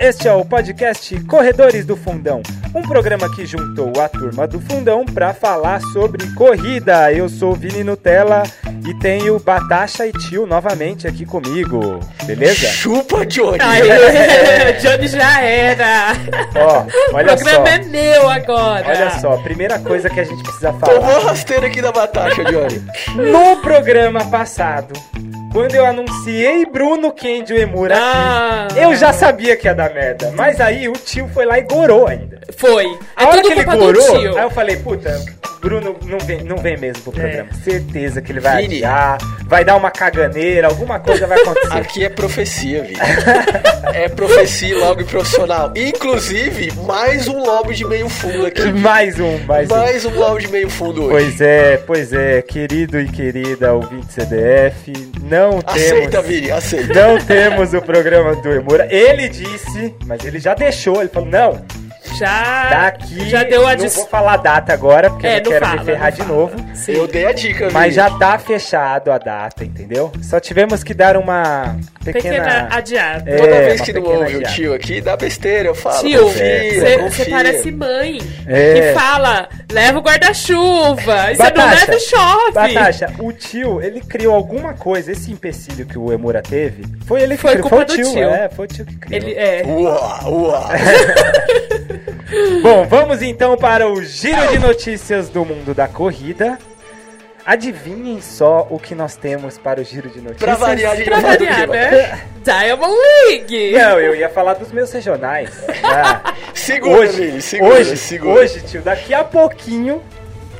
Este é o podcast Corredores do Fundão, um programa que juntou a turma do Fundão para falar sobre corrida. Eu sou Vini Nutella e tenho Batasha e Tio novamente aqui comigo, beleza? Chupa, Johnny! É. É, Aê, Johnny já era. Ó, O olha só, programa é meu agora. olha só, primeira coisa que a gente precisa Tomou falar. a rasteira aqui da batata, Johnny. No programa passado, quando eu anunciei Bruno Kendio Emura aqui, Ah, Eu já sabia que ia dar merda, mas aí o tio foi lá e gorou ainda. foi. A É hora tudo que ele culpa gorou, né? do tio. É. aí eu falei, puta, Bruno não vem, não vem mesmo pro programa. Certeza que ele vai Vini. adiar, vai dar uma caganeira, alguma coisa vai acontecer. Aqui é profecia, Vini. É profecia e lobby profissional. Inclusive, mais um lobby de meio fundo aqui. mais um, mais um. Mais um lobby de meio fundo hoje. Pois é, pois é, querido e querida ouvinte CDF, não Aceita, temos... Vini, aceita. Não temos o programa do Emura. Ele disse, mas ele já deixou. Ele falou: não, Já, daqui. já deu a Não dis... vou falar a data agora, porque eu É, não não quero me fala, ferrar de não novo. Sim. Eu dei a dica, Vini. Mas já tá fechado a data, entendeu? Só tivemos que dar uma Pequena, pequena. adiada. É, Toda vez uma que não pequena ouve o adiada. tio aqui, dá besteira, eu falo. Tio, confia, confia. você parece mãe É. que fala, leva o guarda-chuva, e você não Batasha, leva e é chove. Batasha, o tio, ele criou alguma coisa. Esse empecilho que o Emura teve, foi ele que Foi criou. foi culpa o do tio, tio. É, foi o tio que criou. Ele é. Uá, uá. Bom, vamos então para o giro de notícias do mundo da corrida. Adivinhem só o que nós temos para o giro de notícias. Pra variar, a gente Pra vai falar do quê, variar, mano? né? Diamond League! Não, eu ia falar dos meus regionais. Ah. Segura, hoje, Vini, segura, hoje, segura. hoje, tio, daqui a pouquinho,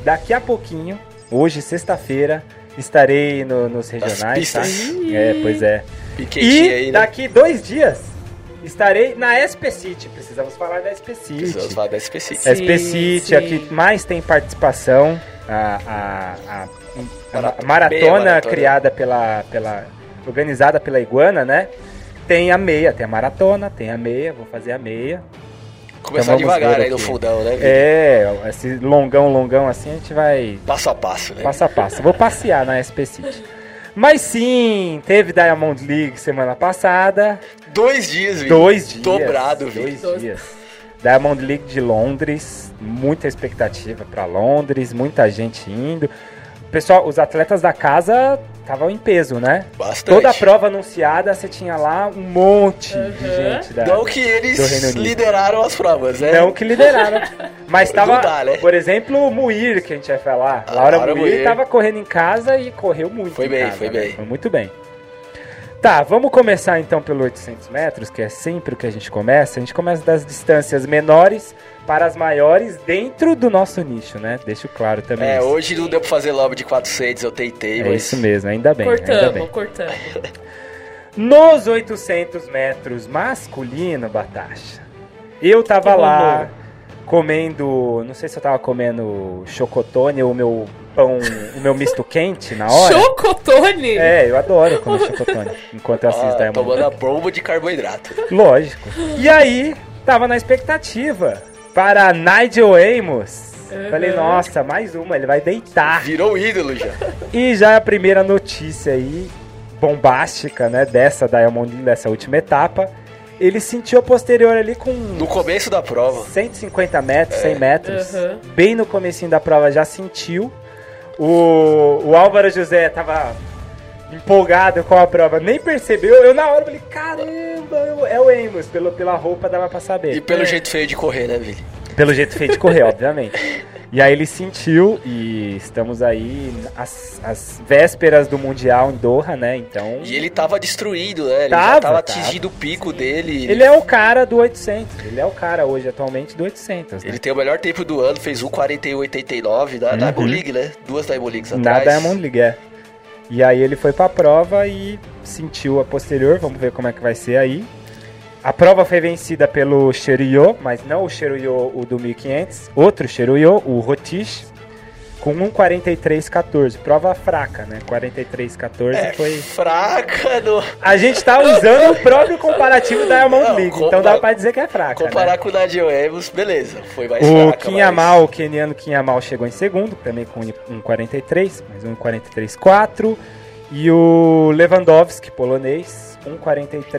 daqui a pouquinho, hoje, sexta-feira, estarei no- nos regionais, tá? pistas. É, pois é. Piquetinho E aí, né? daqui dois dias, estarei na SP City, precisamos falar da SP City. Precisamos falar da específica. Sim, SP City, sim. É a que mais tem participação, a, a- a- a Mara- meia maratona maratona. criada pela, pela... organizada pela Iguana, né? Tem a meia, tem a maratona, tem a meia, vou fazer a meia. Começar Então vamos devagar ver aí no aqui. fundão, né? Vini? É, esse longão, longão assim, a gente vai Passo a passo, né? passo a passo. Vou passear na SP City. Mas sim, teve Diamond League semana passada. Dois dias, Vini. Dois dias. Dobrado, Vini. Dois dias. Diamond League de Londres. Muita expectativa pra Londres. Muita gente indo. Pessoal, os atletas da casa estavam em peso, né? Bastante. Toda a prova anunciada, você tinha lá um monte de Aham. gente. Da... Não que Do Reino eles Unido. lideraram as provas, né? Não É que lideraram. Mas Não tava, dá, né? por exemplo, o Muir, que a gente vai falar. Ah, Laura, Laura Muir Muir. tava correndo em casa e correu muito. Foi em bem, casa, foi né? bem. Foi muito bem. Tá, vamos começar então pelo 800 metros, que é sempre o que a gente começa. A gente começa das distâncias menores para as maiores dentro do nosso nicho, né? Deixo claro também. É, isso. hoje não deu pra fazer lobby de 400, eu tentei, É mas... isso mesmo, ainda bem. ainda bem. cortamos, cortamos. Nos 800 metros masculino, Batasha, eu tava Que lá horror. comendo, não sei se eu tava comendo chocotone ou meu pão, o meu misto quente na hora. Chocotone! É, eu adoro comer chocotone enquanto eu assisto Ah, Diamond tomando a League. bomba de carboidrato. Lógico. E aí, tava na expectativa para Nigel Amos. Uhum. Falei, nossa, mais uma, ele vai deitar. Virou um ídolo já. E já a primeira notícia aí, bombástica, né, dessa Diamond League, dessa última etapa, ele sentiu a posterior ali com No É. começo da prova. 150 metros, 100 metros, Uhum. bem no comecinho da prova já sentiu. O, o Álvaro José tava empolgado com a prova, nem percebeu. Eu na hora falei, caramba, eu- é o Amos, pelo, pela roupa dava pra saber. E pelo É. jeito feio de correr, né, Vini? Pelo jeito feio de correr, obviamente. E aí ele sentiu e estamos aí às, às vésperas do Mundial em Doha, né? Então. E ele tava destruído, né? Ele Tava, já tava tava. atingindo o pico dele. Ele é o cara do 800. Ele é o cara hoje, atualmente, do 800. Né? Ele tem o melhor tempo do ano, fez 1,41,89 na Diamond Uhum. League, né? Duas Diamond Leagues Na atrás. Diamond League, é. E aí ele foi pra prova e sentiu a posterior. Vamos ver como é que vai ser aí. A prova foi vencida pelo Cheruyo, mas não o Cheruyo, o do 1500. Outro Cheruyo, o Rotish. com um 43,14. Prova fraca, né? 43,14 É foi. fraca no... A gente tá usando o próprio comparativo da Diamond Não, League, compa- então dá pra dizer que é fraca. né? Comparar com o Nadio Evans, beleza, foi mais O é fraca. Kinhamal, o keniano Kinhamal chegou em segundo, também com 1,43, mas 1,43,4. E o Lewandowski, polonês,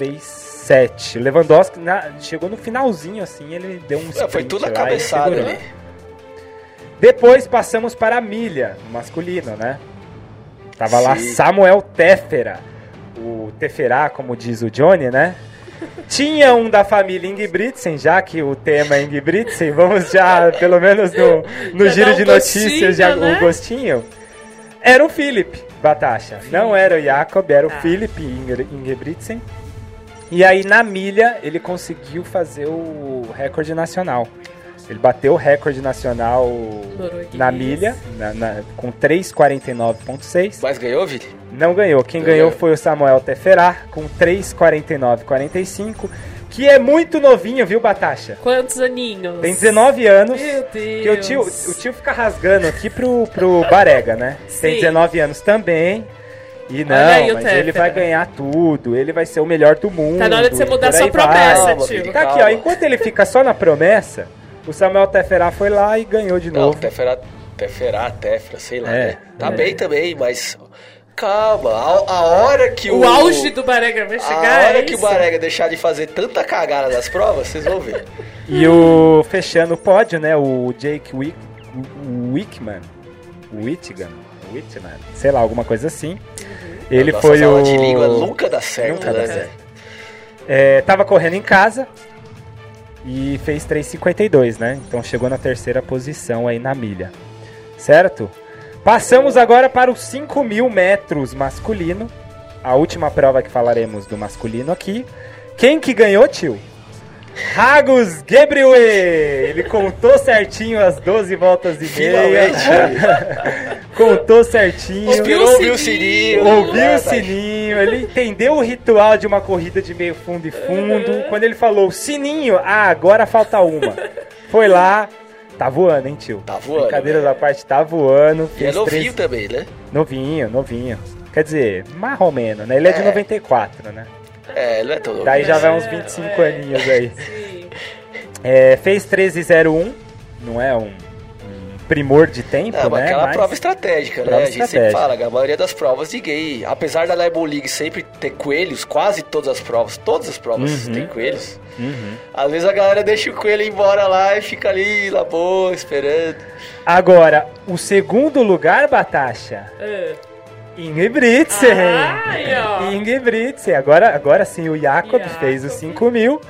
1,43,7. O Lewandowski na- chegou no finalzinho, assim, ele deu um mas- Ah, sprint Foi tudo a lá e cabeçada, segurou. né? Depois passamos para a milha, no masculino, né? Tava lá Sim. Samuel Tefera, o Teferá, como diz o Johnny, né? Tinha um da família Ingebrigtsen, já que o tema é Ingebrigtsen, vamos já, pelo menos no, no Já giro dá um de gostinho, notícias, já né? o gostinho. Era o Felipe Batasha, não era o Jacob, era o Tá. Felipe Inge- Ingebrigtsen. E aí na milha ele conseguiu fazer o recorde nacional. Ele bateu o recorde nacional Norueguês. na milha, na- na- com 3,49,6. Mas ganhou, Vini? Não ganhou. Quem Ganhou. ganhou foi o Samuel Teferá, com 3,49,45. Que é muito novinho, viu, Batasha? Quantos aninhos? Tem 19 anos. Meu Deus. Que o tio, o tio fica rasgando aqui pro, pro Barega, né? Tem Sim. 19 anos também. E não, Olha aí o mas Tefera. ele vai ganhar tudo, ele vai ser o melhor do mundo. Tá na hora de você e mudar por sua aí Hum, vai. promessa, Calma, tio. filho, Tá aqui, ó. calma. Enquanto ele fica só na promessa, o Samuel Teferá foi lá e ganhou de Não, novo. Tefera, Tefera, Tefra, sei lá, É, né? Tá é. bem também, mas calma, a, a hora que o... O auge do Barega vai chegar. A hora é que o isso? Barega deixar de fazer tanta cagada nas provas, vocês vão ver. E o fechando o pódio, né? O Jake Wick, Wickman. Whittigan. Whitman. Sei lá, alguma coisa assim. Uhum. Ele Nossa, foi essa o. aula de língua é nunca dá certo, Nunca né? dá certo. velho? É, tava correndo em casa e fez 3,52, né? Então chegou na terceira posição aí na milha, certo? Passamos agora para os 5 mil metros masculino, a última prova que falaremos do masculino aqui. Quem que ganhou, tio? Ragus Gebriwe! Ele contou certinho as 12 voltas e meia. Finalmente. Contou certinho. Inspirou, Ouviu viu o o sininho. sininho. Ouviu né, o velho? sininho, ele entendeu o ritual de uma corrida de meio fundo e É. fundo. Quando ele falou sininho, ah, agora falta uma. Foi lá, tá voando, hein, tio? Tá voando, Brincadeira né? da parte, tá voando. E é fez novinho três- também, né? Novinho, novinho. Quer dizer, mais ou menos, né? Ele é de É. 94, né? É, não é todo Daí já vai uns É, 25 é. aninhos aí. Sim. É, fez 13,01, não é um, um primor de tempo, Não, É, mas né? aquela Mas- prova estratégica, Prova né? A gente sempre estratégica. fala que a maioria das provas ninguém. Apesar da Liable League sempre ter coelhos, quase todas as provas, todas as provas Uhum. têm coelhos. Uhum. Às vezes a galera deixa o coelho embora lá e fica ali na boa, esperando. Agora, o segundo lugar, Batasha, Ah. Inge Britsen. Ai, ó. Inge Britsen. Agora, agora sim, o Jacob Jacob. fez os 5 mil.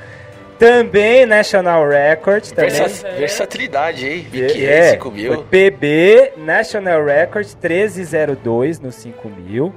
Também National Record. Também. Versa- É. Versatilidade, hein? E- 500, é, 5 foi mil. PB National Record 1302 no 5 mil.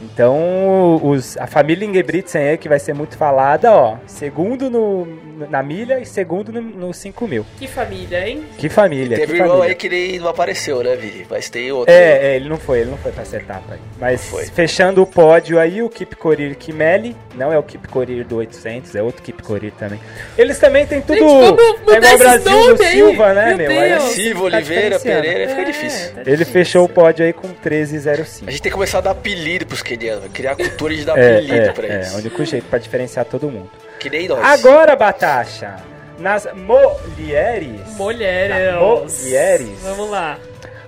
Então, os, a família Ingebrigtsen aí, que vai ser muito falada, ó. Segundo no, na milha e segundo no, no 5 mil. Que família, hein? Que família, Teve é um que irmão família. aí que nem não apareceu, né, Vini? Mas tem outro. É, é, ele não foi, ele não foi pra essa etapa aí. Mas Foi. fechando o pódio aí, o Kip Corir Kimeli, não é o Kip Corir do 800, é outro Kip Corir também. Eles também têm tudo. Gente, vamos é mudar igual o esses Brasil do nomes aí. Silva, né, Meu meu? Deus. Aí, assim, Silva, tá Oliveira, diferenciando. Pereira, fica É, difícil. tá Ele difícil. fechou o pódio aí com A 13,05. gente tem que começar a dar apelido pros quenianos, criar a cultura de dar É, apelido é, pra é, eles. o único jeito pra diferenciar todo mundo. Que nem nós. Agora, Batasha, nas Molieres. Mulheres. Ah, mulheres. Vamos lá.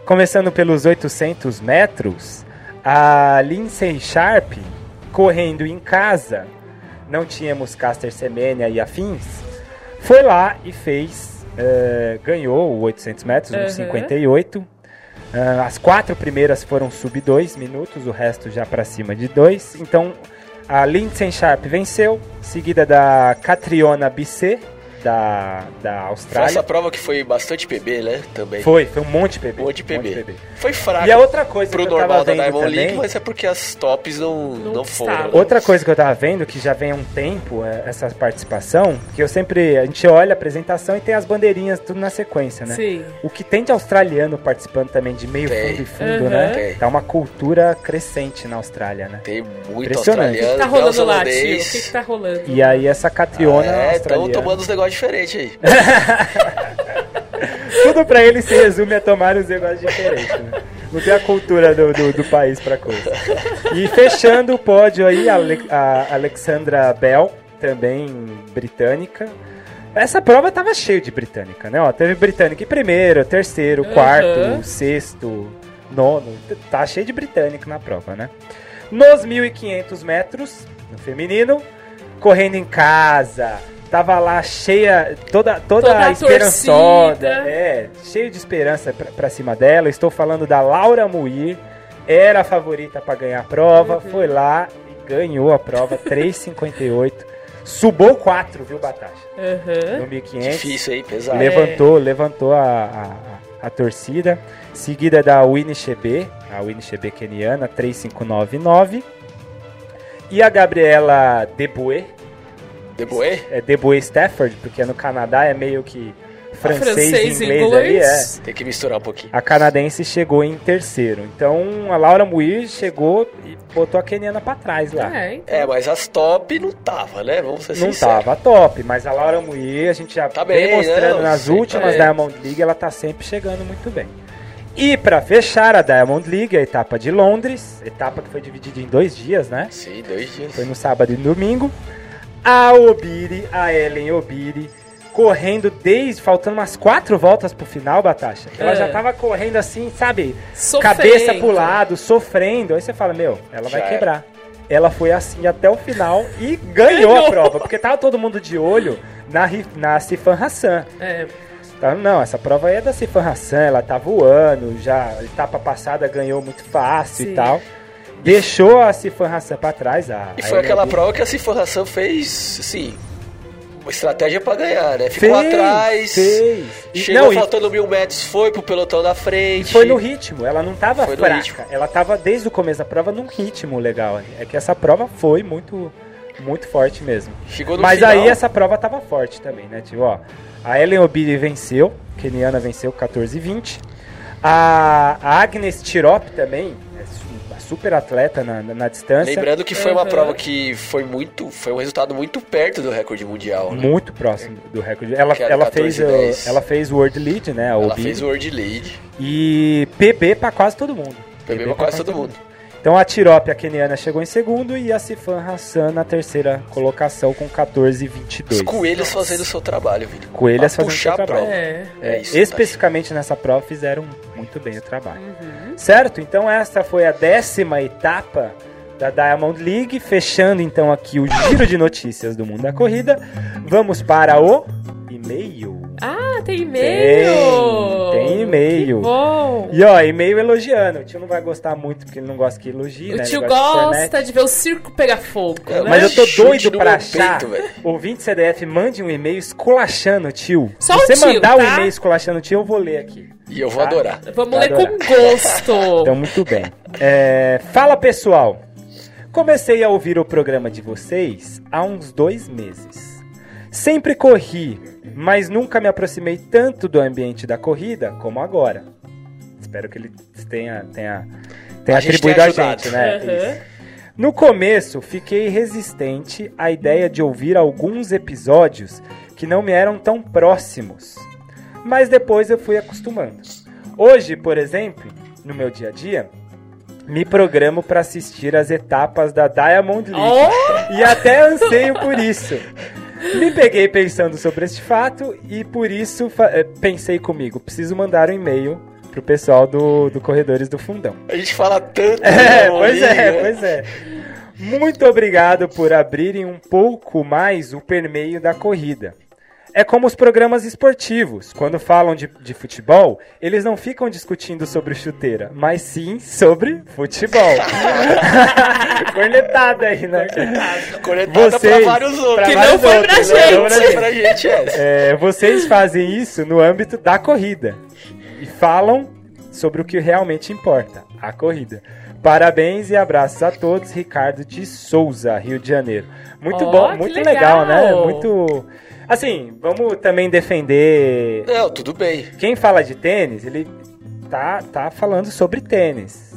Começando pelos 800 metros, a Lindsay Sharp correndo em casa, não tínhamos Caster Semenya e afins, foi lá e fez, eh, ganhou o 800 metros, Uhum. um 58. Ah, as quatro primeiras foram sub 2 minutos, o resto já para cima de 2. Então a Lindsay Sharp venceu, seguida da Catriona Bisset, da, da Foi Austrália. essa prova que foi bastante PB, né? Também. Foi, foi um monte de PB. Um monte de um monte de PB. PB. Foi fraco E a outra coisa pro que eu tava normal da vendo Diamond também, League, mas é porque as tops não, Não não, foram. estavam. outra coisa que eu tava vendo que já vem há um tempo é, essa participação, que eu sempre a gente olha a apresentação e tem as bandeirinhas tudo na sequência, né? Sim. O que tem de australiano participando também de meio Tem. fundo e fundo, Uhum. né? Tem. Tá uma cultura crescente na Austrália, né? Tem muito Impressionante. australiano, Tá rolando lá, tio? O neozelandês. que, que tá rolando? E aí essa Catriona É, estão australiana. tomando uns negócios diferentes aí. tudo pra ele se resume a tomar os negócios diferentes. Né? Não tem a cultura do, do, do país pra coisa. E fechando o pódio aí, a, Ale- a Alexandra Bell, também britânica. Essa prova tava cheia de britânica, né? Ó, teve britânica em primeiro, terceiro, quarto, Aham. sexto, nono. T- Tá cheio de britânico na prova, né? Nos 1500 metros, no feminino, correndo em casa. Tava lá cheia, toda, toda, Toda a esperançosa. torcida. É, cheio de esperança pra, pra cima dela. Estou falando da Laura Muir. Era a favorita pra ganhar a prova. Uhum. Foi lá e ganhou a prova. 3,58. Subou 4, viu, Batasha? Aham. No 1500. Difícil aí, pesado. Leva- Levantou, levantou a, a- a, a torcida. Seguida da Winnie Chebe, a Winnie Chebe keniana, 3599. E a Gabriela Deboué, De Boé? é Deboué Stafford, porque no Canadá é meio que francês, e inglês, ali, é. Tem que misturar um pouquinho. A canadense chegou em terceiro. Então a Laura Muir chegou e botou a keniana pra trás lá. É, então. É, mas as top não tava, né? Vamos ser Não sinceros. tava top, mas a Laura Muir, a gente já Tá vem bem, mostrando não, nas sempre últimas é. Diamond League, ela tá sempre chegando muito bem. E pra fechar a Diamond League, a etapa de Londres, etapa que foi dividida em dois dias, né? Sim, dois dias. Foi no sábado e no domingo. A Obiri, a Ellen Obiri, correndo desde. faltando umas quatro voltas pro final, Batasha. Ela É. já tava correndo assim, sabe? Sofrendo. Cabeça pro lado, sofrendo. Aí você fala, meu, ela Já vai era. quebrar. Ela foi assim até o final e ganhou a Ganhou. prova, porque tava todo mundo de olho na, Ri- na Sifan Hassan. É, Tá, não, essa prova aí é da Sifan Hassan, ela tá voando, já a etapa passada ganhou muito fácil e Sim. tal. Deixou a Sifan Hassan pra trás. ah, A, E a foi aquela Elodie. prova que a Ciforração fez, assim, uma estratégia pra ganhar, né? Ficou Fez, atrás, fez. E- chegou não, e- faltando mil metros, foi pro pelotão da frente. Foi no ritmo, ela não tava Foi no ritmo. fraca. Ela tava desde o começo da prova num ritmo legal. É que essa prova foi muito muito forte mesmo. Chegou no Mas final, aí essa prova tava forte também, né? Tipo, ó, a Ellen Obiri venceu, Keniana venceu 14 e 20. A a Agnes Tirop também, é su- uma super atleta na, na- na distância, Lembrando né? que foi uma Uhum. prova que foi muito. Foi um resultado muito perto do recorde mundial, né? muito próximo do recorde. Ela, Que era ela fez 14 e o 10. ela fez o World Lead, né? A Ela Obiri. fez o World League. E PB pra quase todo mundo. PB pra quase todo mundo. Então a Tirop, a keniana, chegou em segundo e a Sifan Hassan na terceira colocação com 14 e Os 22. coelhos fazendo o seu trabalho, Vini. Coelhas Pra fazendo puxar seu a trabalho. prova. é. É, isso. Tati. Especificamente nessa prova fizeram muito bem o trabalho. Uhum. Certo? Então essa foi a décima etapa da Diamond League, fechando então aqui o giro de notícias do mundo da corrida. Vamos para o e-mail. Ah, tem e-mail! Tem, tem e-mail. Que bom! E ó, e-mail elogiando. O tio não vai gostar muito porque ele não gosta que elogie, o né? Ele tio gosta que cornete. gosta de ver o circo pegar fogo, É, né? Mas eu tô Chute doido no pra meu achar. peito, velho. Ouvinte CDF, mande um e-mail esculachando, o tio. Só Se o você tio, mandar um tá? e-mail esculachando, o tio, eu vou ler aqui. E eu vou Tá. adorar. Vamos Vai ler com adorar. gosto. Então, muito bem. É, fala pessoal. Comecei a ouvir o programa de vocês há uns dois meses. Sempre corri, mas nunca me aproximei tanto do ambiente da corrida como agora. Espero que ele tenha, tenha, tenha A gente atribuído tenha a ajudado. gente, né? Aham. Isso. No começo, fiquei resistente à ideia de ouvir alguns episódios que não me eram tão próximos. Mas depois eu fui acostumando. Hoje, por exemplo, no meu dia a dia, me programo para assistir as etapas da Diamond League Oh, e até anseio por isso. Me peguei pensando sobre este fato e por isso fa- eh, pensei comigo, preciso mandar um e-mail pro pessoal do, do Corredores do Fundão. A gente fala tanto. É, né, pois é, Paulinho? pois é. Muito obrigado por abrirem um pouco mais o permeio da corrida. É como os programas esportivos. Quando falam de, de futebol, eles não ficam discutindo sobre chuteira, mas sim sobre futebol. Cornetada aí, né? Coletada pra Vocês, vários outros. pra Que não foi pra outros, né? gente. Não pra Não é pra gente essa. É, vocês fazem isso no âmbito da corrida e falam sobre o que realmente importa, a corrida. Parabéns e abraços a todos, Ricardo de Souza, Rio de Janeiro. Muito Ó, bom, que muito legal. né? legal. Muito. Assim, vamos também defender. Não, tudo bem. Quem fala de tênis, ele tá, tá falando sobre tênis.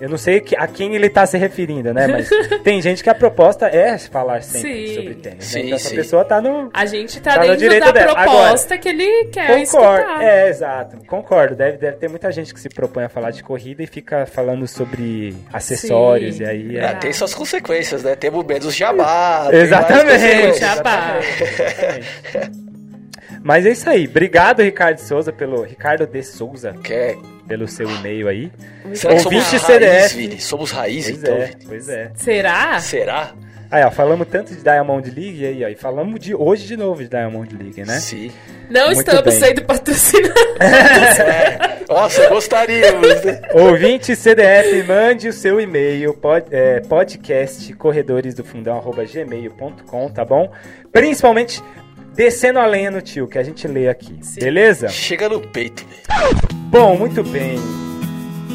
Eu não sei que- a quem ele tá se referindo, né? Mas tem gente que a proposta é falar sempre Sim. sobre tênis. né? Sim, Então essa sim. pessoa tá no. A gente tá, Tá no dentro direito da dela. proposta que tá. ele quer Concordo, escutar. é, exato, concordo. Deve, deve ter muita gente que se propõe a falar de corrida e fica falando sobre acessórios, Sim. e aí Ah, é. Verdade. tem suas consequências, né? Temos medo dos jabá. tem várias Exatamente. Gente, consequências. rapaz. exatamente. Mas é isso aí. Obrigado, Ricardo Souza, pelo. Ricardo de Souza, Que é- pelo seu e-mail aí. Será que somos Ouvinte raiz, CDF. Vini? Somos raiz, Pois então, é, Vini? pois é. Será? Será? Aí, ó, falamos tanto de Diamond League aí, ó. E falamos de hoje de novo de Diamond League, né? Sim. Não Muito estamos bem. sendo patrocinados. É. Nossa, gostaríamos, né? Ouvinte CDF, mande o seu e-mail, pod, é, podcast gmail.com, tá bom? Principalmente descendo a lenha no tio, que a gente lê aqui, Sim. beleza? Chega no peito, velho. Bom, muito bem.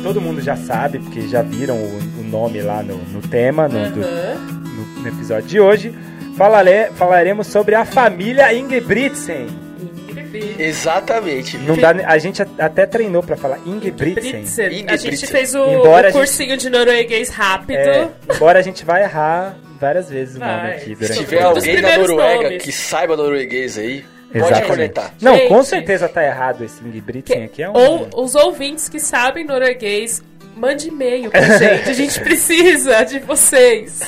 Todo mundo já sabe, porque já viram o, o nome lá no, no tema, no, do- Aham. no- no episódio de hoje. Falare- falaremos sobre a família Ingebrigtsen. Ingrid Exatamente. Não dá, ne- a gente a- até treinou pra falar Ingebrigtsen. Britsen. A gente Britsen. fez o, Embora o a gente- cursinho de norueguês rápido. É, embora a gente vai errar várias vezes o nome Vai. aqui Se durante Sobre tiver o todos os alguém da primeiros Noruega nomes. que saiba norueguês aí, pode Exatamente. Né? conectar. Não, com Gente. certeza tá errado esse Ingebrigtsen Que- aqui. É um... Ou os ouvintes que sabem norueguês, mande e-mail pra gente. A gente precisa de vocês.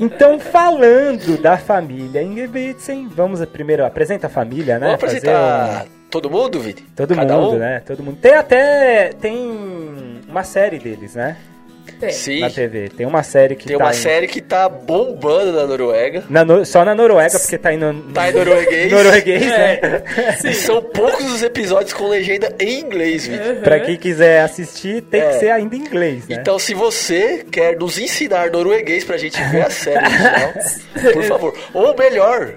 Então, falando da família Ingebrigtsen, vamos primeiro apresenta a família, né? Vamos Fazer apresentar todo mundo, Vini? um- Todo Cada mundo, um? né? Todo mundo. Tem até. Tem uma série deles, né? Tem. Sim. Na TV. Tem uma série que Tem tá uma em- série que tá bombando na Noruega. na no- Só na Noruega, porque tá indo. Tá em norueguês. Norueguês, né? É, E sim. São poucos os episódios com legenda em inglês, Vini. Aham. Pra quem quiser assistir, tem que É. ser ainda em inglês, né? Então, se você quer nos ensinar norueguês pra gente ver a série original, por favor. Ou melhor,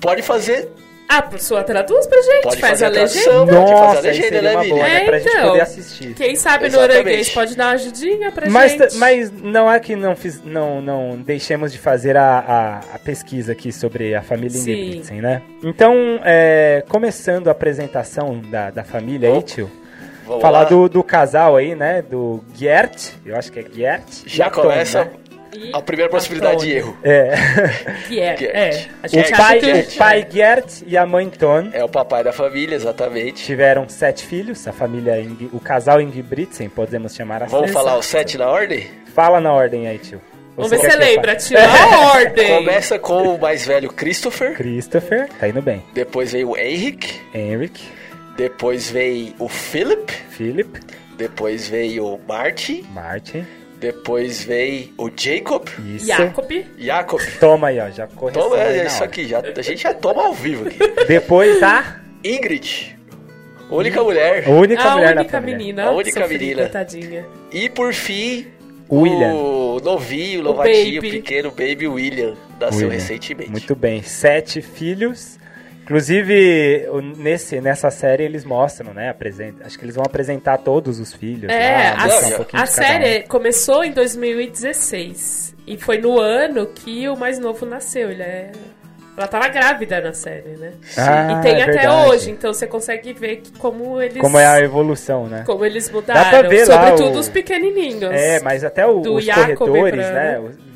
pode fazer. Ah, por sua traduz pra gente, Pode faz fazer a a legenda. tradução. Pode Então fazer a Nossa, isso legenda, seria né, uma boa, Miriam? né? É, Pra gente então. poder assistir. Quem sabe Exatamente. norueguês pode dar uma ajudinha pra Mas, gente. mas não é que não, fiz, não, não deixemos de fazer a, a- a pesquisa aqui sobre a família Sim. Ingebrigtsen, né? Então, é, começando a apresentação da, da família aí, tio. Vamos falar lá. do, do casal aí, né? Do Gert, eu acho que é Gert. e Já a Tony, começa né? E- a primeira possibilidade de erro. É. Que é, Gert. é. A O gente pai, acha que... né? o pai Gert e a mãe Ton É o papai da família, exatamente. tiveram sete filhos. A família, Inge- o casal Ingebrigtsen, podemos chamar assim. Vamos falar os sete na ordem? Fala na ordem aí, tio. Vamos Você ver quer se é você que eu fale? lembra, tira a ordem. Começa com o mais velho Christopher, Christopher, tá indo bem. depois vem o Henrik, Henrik, depois vem o Philip, Philip, depois vem o Martin, Martin, depois vem o Jacob, isso. Jacob. Jacob. Toma aí, ó, já correção Toma é aí na isso hora. aqui, já, a gente já toma ao vivo aqui. Depois a Ingrid, única mulher. única a mulher na única família. menina. A única sofrida, menina. Tadinha. E por fim, William. o novinho, novatinho, baby. pequeno baby William, nasceu William. recentemente. Muito bem, sete filhos. Inclusive, o- nesse, nessa série eles mostram, né? Apresenta, acho que eles vão apresentar todos os filhos. É, né? Ah, não, a, Mostrar já- a pouquinho de cada série começou em 2016. E foi no ano que o mais novo nasceu. Ele é... Ela tava grávida na série, né? um. Ah, e tem é até verdade. hoje, então você consegue ver que como eles. Como é a evolução, né? como eles mudaram. pra ver lá Sobretudo o- os pequenininhos. É, mas até o- Do os Jacob corredores, pra- né? os-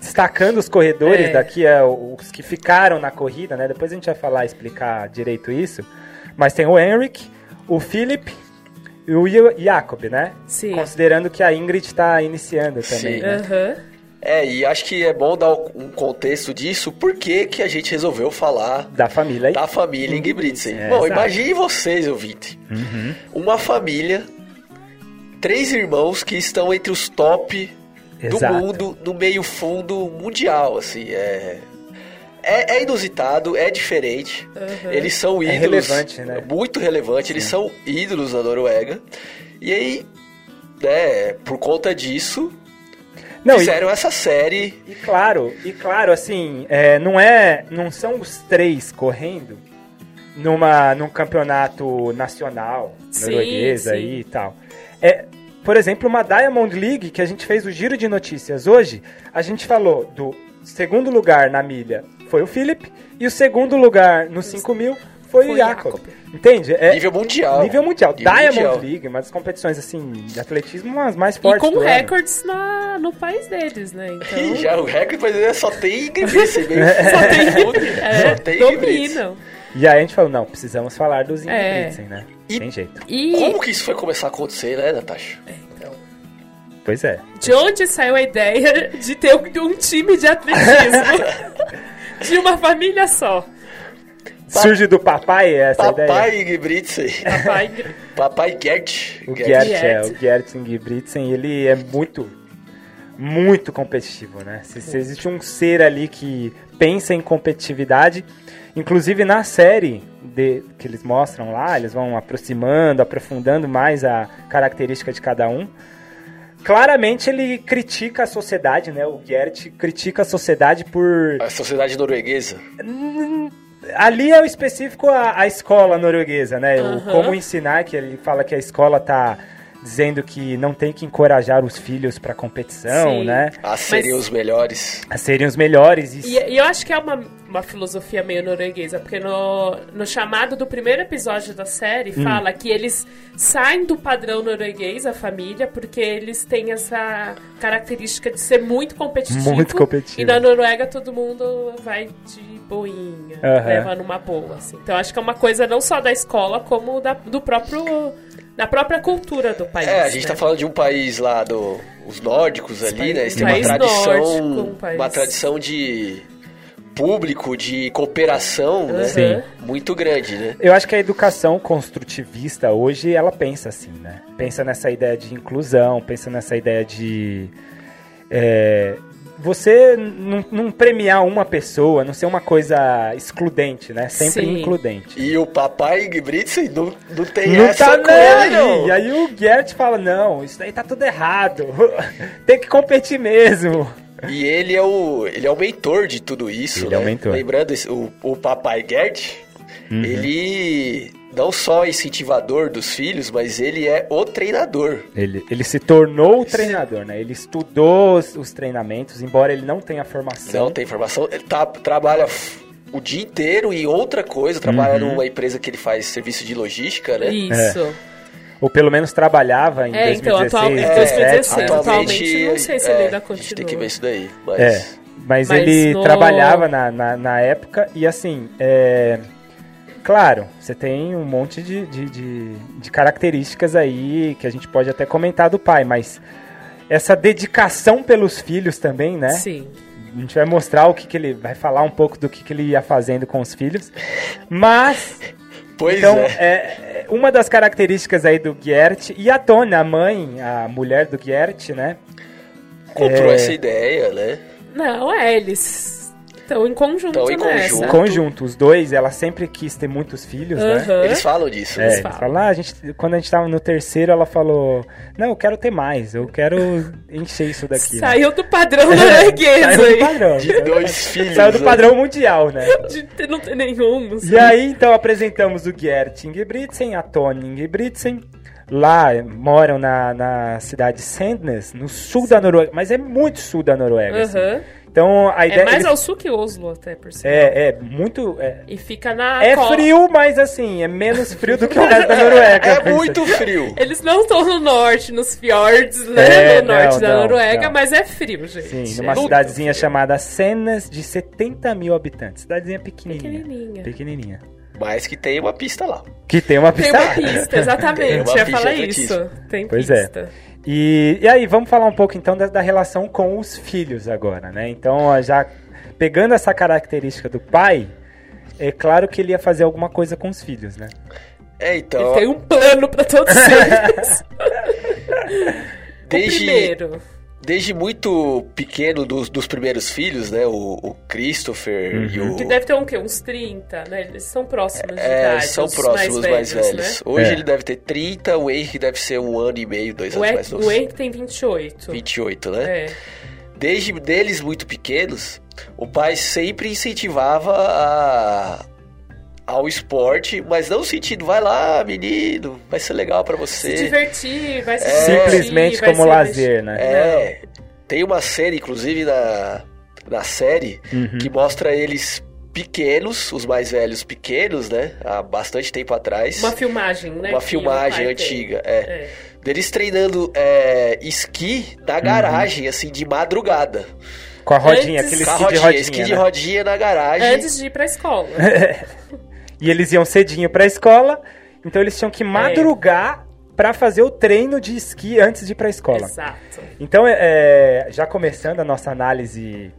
Destacando os corredores É. daqui, é, o- os que ficaram na corrida, né? Depois a gente vai falar, explicar direito isso. Mas tem o Henrik, o Philip e o Ia- Jacob, né? Sim. Considerando que a Ingrid tá iniciando também, Sim. né? Aham. É, e acho que é bom dar um contexto disso, por que que a gente resolveu falar Da família. da família Ingebrigtsen. É, bom, exato. imagine vocês, ouvinte, Uhum. uma família, três irmãos que estão entre os top Exato. do mundo, no meio fundo mundial, assim, é... É, é inusitado, é diferente. Aham. Eles são ídolos. relevante, né? Muito relevante. Eles são ídolos da Noruega. E aí, né, por conta disso, Não, e- fizeram essa série. E claro, e claro, assim, é, não é, não são os três correndo numa num campeonato nacional Sim, norueguês sim. aí e tal. É, por exemplo, uma Diamond League que a gente fez o giro de notícias hoje, a gente falou do segundo lugar na milha foi o Philip e o segundo lugar nos 5 mil foi, Foi o Jacob. Jacob. Entende? É, Nível mundial. Nível mundial. Nível Diamond mundial. League, uma das competições, assim, de atletismo as mais E fortes com do ano. recordes na, no país deles, né? Ih, Então, Já o recorde brasileiro só tem gribice mesmo. só tem, Só é, tem gribice. dominam. E aí a gente falou, não, precisamos falar dos É. Ingridsen, né? E- Tem jeito. E Como que isso foi começar a acontecer, né, Natasha? É, então. Pois é. de onde saiu a ideia de ter um, um time de atletismo? de uma família só. Surge do papai essa é ideia. Papai Gribice. Papai, Papai Gert. O Gert. Gert, é, o Gert Ingridsen, ele é muito, muito competitivo, né? Se, se existe um ser ali que pensa em competitividade, inclusive na série de- que eles mostram lá, eles vão aproximando, aprofundando mais a característica de cada um. Claramente ele critica a sociedade, né? O Gert critica a sociedade por A sociedade norueguesa. Ali é o específico a, a escola norueguesa, né? O Aham. como ensinar, que ele fala que a escola tá dizendo que não tem que encorajar os filhos pra competição, Sim. né? Ah, seriam Mas- os melhores. A serem os melhores. E, E... e eu acho que é uma, uma filosofia meio norueguesa, porque no, no chamado do primeiro episódio da série Hum. fala que eles saem do padrão norueguês, a família, porque eles têm essa característica de ser muito competitivo. Muito competitivo. E na Noruega todo mundo vai de boinha, Aham. leva numa boa. assim. Então acho que é uma coisa não só da escola, como da, do próprio. da própria cultura do país. É, a gente né? tá falando de um país lá do. Os nórdicos ali, né? Eles têm uma país tradição. nórdico, um país- Uma tradição de público, de cooperação, né? Sim. Muito grande, né? Eu acho que a educação construtivista hoje, ela pensa assim, né? Pensa nessa ideia de inclusão, pensa nessa ideia de... é, você não não premiar uma pessoa, não ser uma coisa excludente, né? Sempre Sim. includente. E o papai Gribice não, não tem Não essa tá com ele, não. não. E aí o Gert fala, não, isso daí tá tudo errado. Tem que competir mesmo. E ele é o, ele é o mentor de tudo isso. Ele é o né? mentor. Uhum. Lembrando, esse- o, o papai Gert, ele não só é incentivador dos filhos, mas ele é o treinador. Ele, ele se tornou o treinador, né? Ele estudou os, os treinamentos, embora ele não tenha formação. Não tem informação, ele tá- trabalha f- o dia inteiro em outra coisa, trabalha Uhum. numa empresa que ele faz serviço de logística, né? Isso. Ou pelo menos trabalhava em É, 2016. então, atual- em né? 2016, É, atual- atualmente, não sei se ele é, ainda A gente tem continua. que ver isso daí, mas... É, mas, Mas ele no- trabalhava na, na, na época e assim, é... Claro, você tem um monte de, de, de, de características aí que a gente pode até comentar do pai, mas essa dedicação pelos filhos também, né? Sim. A gente vai mostrar o que, que ele vai falar um pouco do que, que ele ia fazendo com os filhos. Mas, Pois então, é. é, é, uma das características aí do Gert, e a Tony, a mãe, a mulher do Gert, né? comprou é- essa ideia, né? Não, é, eles estão em conjunto Tão em nessa. Certo. conjunto. Conjunto, os dois, ela sempre quis ter muitos Uhum. filhos, né? Aham. Eles falam disso. É, Eles eles falam. falam, ah, a gente, quando a gente tava no terceiro, ela falou, não, eu quero ter mais, eu quero encher isso daqui. né? Saiu do padrão norueguês Saiu do aí. padrão. De dois filhos. Saiu do né? padrão mundial, né? De ter- não ter nenhum. não sei. E aí, então, apresentamos o Gert Ingebrigtsen, a Tony Ingebrigtsen. Lá eh, moram na, na cidade Sandnes, no sul da Noruega. Mas é muito sul da Noruega. assim. Aham. Então, a ideia... É mais eles- ao sul que Oslo, até, por si. é, é muito... É, E fica na... é co- frio, mas assim, é menos frio do que o resto da Noruega. É pensa. muito frio. Eles não estão no norte, nos fiordes, né? É, no norte não, da não, Noruega, não. mas é frio, gente. Sim, numa é cidadezinha chamada Sandnes, de 70 mil habitantes. Cidadezinha pequenininha. pequenininha. Pequenininha. Mas que tem uma pista lá. Que tem uma Tem pista uma pista, Tem exatamente. uma Eu ia pista falar de isso. Tem Pois é. pista. E, e aí, vamos falar um pouco então da, da relação com os filhos agora, né? Então, ó, já pegando essa característica do pai, é claro que ele ia fazer alguma coisa com os filhos, né? É, Ele então, tem um plano pra todos eles. O desde, primeiro. desde muito pequeno dos, dos primeiros filhos, né? O, o Christopher Uhum. e o. Que deve ter um quê? Uns 30, né? Eles são próximos de É, idade. são os próximos, mais velhos. né? Hoje É. ele deve ter 30, o Henry deve ser um ano e meio, dois O, anos Hen- mais novo. o Henrique tem 28. 28, né? É. Desde deles muito pequenos, o pai sempre incentivava a- ao esporte, mas não no sentido, vai lá, menino, vai ser legal pra você. Se divertir, vai se divertir, Simplesmente vai como se lazer, né? É. Uhum. Uhum. Tem uma cena, inclusive, na, na série, que mostra eles pequenos, os mais velhos pequenos, né? Há bastante tempo atrás. Uma filmagem, né? Uma que filmagem meu pai tem. antiga, é. É. Deles treinando é, esqui Uhum. na garagem, assim, de madrugada. Com a rodinha, Antes- aquele Com esqui a de rodinha, rodinha. esqui de né? rodinha na garagem. Antes É de ir pra escola. É, E eles iam cedinho pra escola, então eles tinham que É. madrugar pra fazer o treino de esqui antes de ir pra escola. Exato. Então, é, é, já começando a nossa análise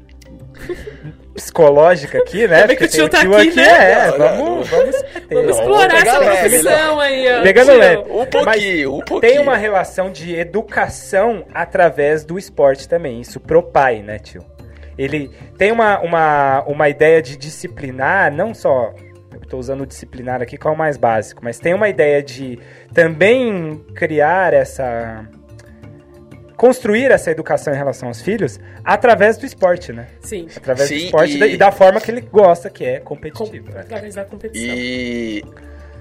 psicológica aqui, né? Ainda bem que Porque o tio tem tá aqui, né? É, Não, vamos, vamos, Vamos Não, explorar vamos pegar essa leve, profissão aí, ó. Pegando tio. leve. Um pouquinho, um pouquinho. Tem uma relação de educação através do esporte também, isso pro pai, né, tio? Ele tem uma, uma, uma ideia de disciplinar, não só. Eu tô usando o disciplinar aqui, qual é o mais básico, mas tem uma ideia de também criar essa. construir essa educação em relação aos filhos através do esporte, né? Sim. Através do Sim, esporte e- da- e da forma que ele gosta, que é competitivo. né? Através da competição. E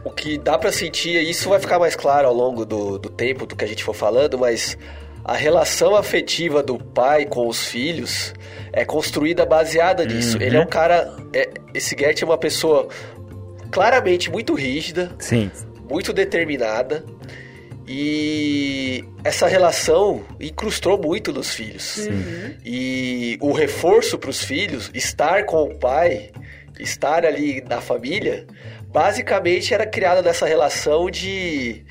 o que dá pra sentir, isso vai ficar mais claro ao longo do, do tempo do que a gente for falando, mas a relação afetiva do pai com os filhos é construída baseada nisso. Uhum. Ele é um cara. é- esse Gert é uma pessoa claramente muito rígida, Sim. muito determinada. E essa relação incrustou muito nos filhos. Uhum. E o reforço para os filhos, estar com o pai, estar ali na família, basicamente era criada nessa relação de,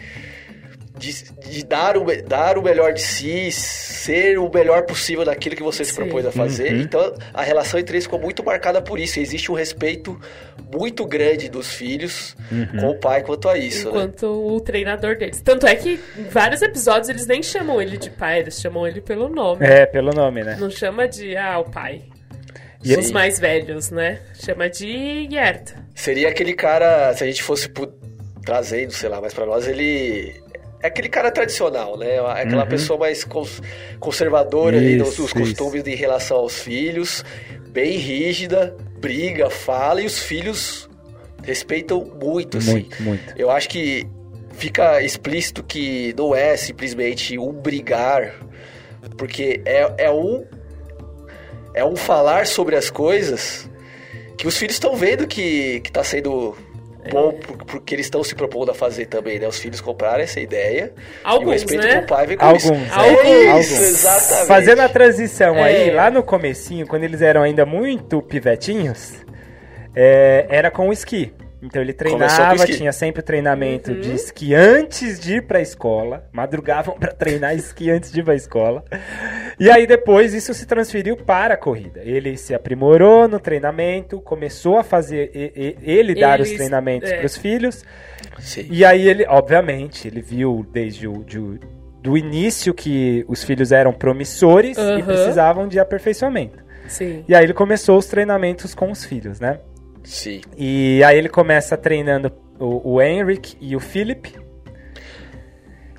de, de dar, o, me- dar o melhor de si, ser o melhor possível naquilo que você se Sim. propôs a fazer. Uhum. Então a relação entre eles ficou muito marcada por isso. Existe um respeito muito grande dos filhos com o pai quanto a isso. né? Enquanto o treinador deles. Tanto é que em vários episódios eles nem chamam ele de pai, eles chamam ele pelo nome. É, pelo nome, né? Não chama de, ah, o pai. E- Os mais velhos, né? Chama de Gert. Seria aquele cara, se a gente fosse pu- trazendo, sei lá, mas pra nós ele é aquele cara tradicional, né? É Aquela Uhum. pessoa mais cons- conservadora ali nos, Isso, nos costumes em relação aos filhos, bem rígida, briga, fala e os filhos respeitam muito, assim. Muito, muito. Eu acho que fica explícito que não é simplesmente um brigar, porque é, é um é um falar sobre as coisas que os filhos estão vendo que que está sendo É. bom por- porque eles estão se propondo a fazer também, né? Os filhos compraram essa ideia e o Alguns, respeito com né? o pai vem com Alguns. né? isso. É Alguns. isso, exatamente. Fazendo a transição É. aí, lá no comecinho, quando eles eram ainda muito pivetinhos, é, era com o esqui. Então ele Começou com o treinava, esqui. tinha sempre o treinamento Uhum. de esqui antes de ir pra escola. Madrugavam pra treinar esqui antes de ir pra escola. E aí depois isso se transferiu para a corrida. Ele se aprimorou no treinamento, começou a fazer e- e- ele dar os Eles- treinamentos é. pros filhos. Sim. E aí ele, obviamente, ele viu desde o de- do início que os filhos eram promissores e Aham. precisavam de aperfeiçoamento. Sim. E aí ele começou os treinamentos com os filhos, né? Sim. E aí ele começa treinando o, o Henrik e o Philip.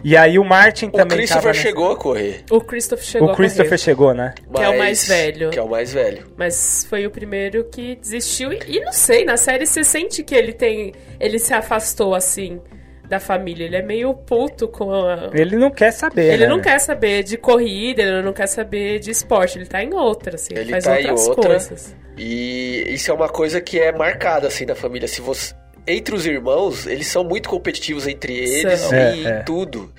E aí o Martin O também Christopher tava nessa- chegou a correr, O Christopher chegou O Christopher chegou, né? Que é o mais mas- velho. Que é o mais velho. a correr, mas foi o primeiro que desistiu. E, e não sei, na série você sente que ele tem. Ele se afastou assim da família. Ele é meio puto com a. Ele não quer saber. Ele né, não né? quer saber de corrida, ele não quer saber de esporte, ele tá em outra, assim, ele Ele faz tá em outras outra. coisas. E isso é uma coisa que é marcada assim da família. Se você entre os irmãos, eles são muito competitivos entre eles São. É, e é. em tudo.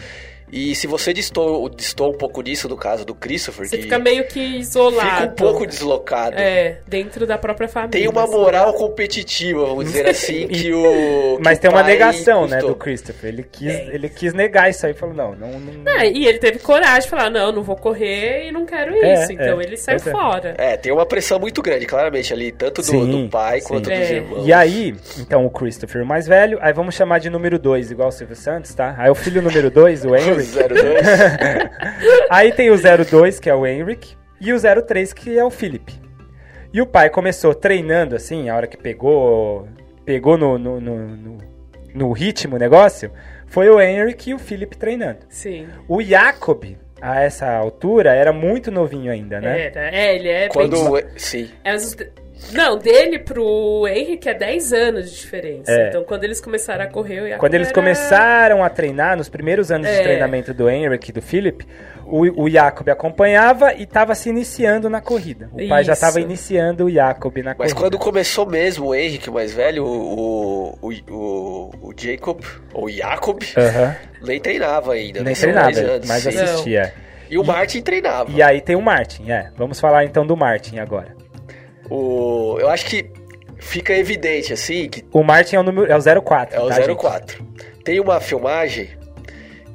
E se você distou, distou um pouco nisso no caso do Christopher, Você que fica meio que isolado. fica um pouco deslocado. É, dentro da própria família. Tem uma assim. moral competitiva, vamos dizer assim, que o. que Mas o tem uma pai negação, né, custou. do Christopher. Ele quis, ele quis negar isso aí, falou não, não, não- É, e ele teve coragem de falar, não, não vou correr e não quero É, isso. então é, ele saiu pois é. fora. É, tem uma pressão muito grande, claramente, ali, tanto do, Sim, do pai sim. quanto dos É. irmãos. E aí, então o Christopher o mais velho, aí vamos chamar de número 2, igual o Silvio Santos, tá? Aí o filho número 2, o O Henry. 02. É aí tem o 02, que é o Henrik, e o 03, que é o Philip. E o pai começou treinando, assim, a hora que pegou pegou no, no, no, no, no ritmo o negócio, foi o Henrik e o Philip treinando. Sim, O Jacob, a essa altura, era muito novinho ainda, né? era. É, ele é quando. bem... Sim. É, os- Não, dele pro Henry, que é 10 anos de diferença. É. Então, quando eles começaram a correr, eu e a Quando eles Clara- começaram a treinar, nos primeiros anos de É. treinamento do Henrik e do Philip, o, o Jacob acompanhava e estava se iniciando na corrida. O pai já Isso. estava iniciando o Jacob na Mas corrida. quando começou mesmo o Henrique, o mais velho, o, o, o, o Jacob, ou Jacob, Aham. nem treinava ainda. É. Nem né? São treinava, dez anos, mas sim. assim- assistia. E o Martin treinava. E aí tem o Martin, é. Vamos falar então do Martin agora. O, eu acho que fica evidente, assim, que O Martin é o número é o 04, é o tá, gente? 04. Tem uma filmagem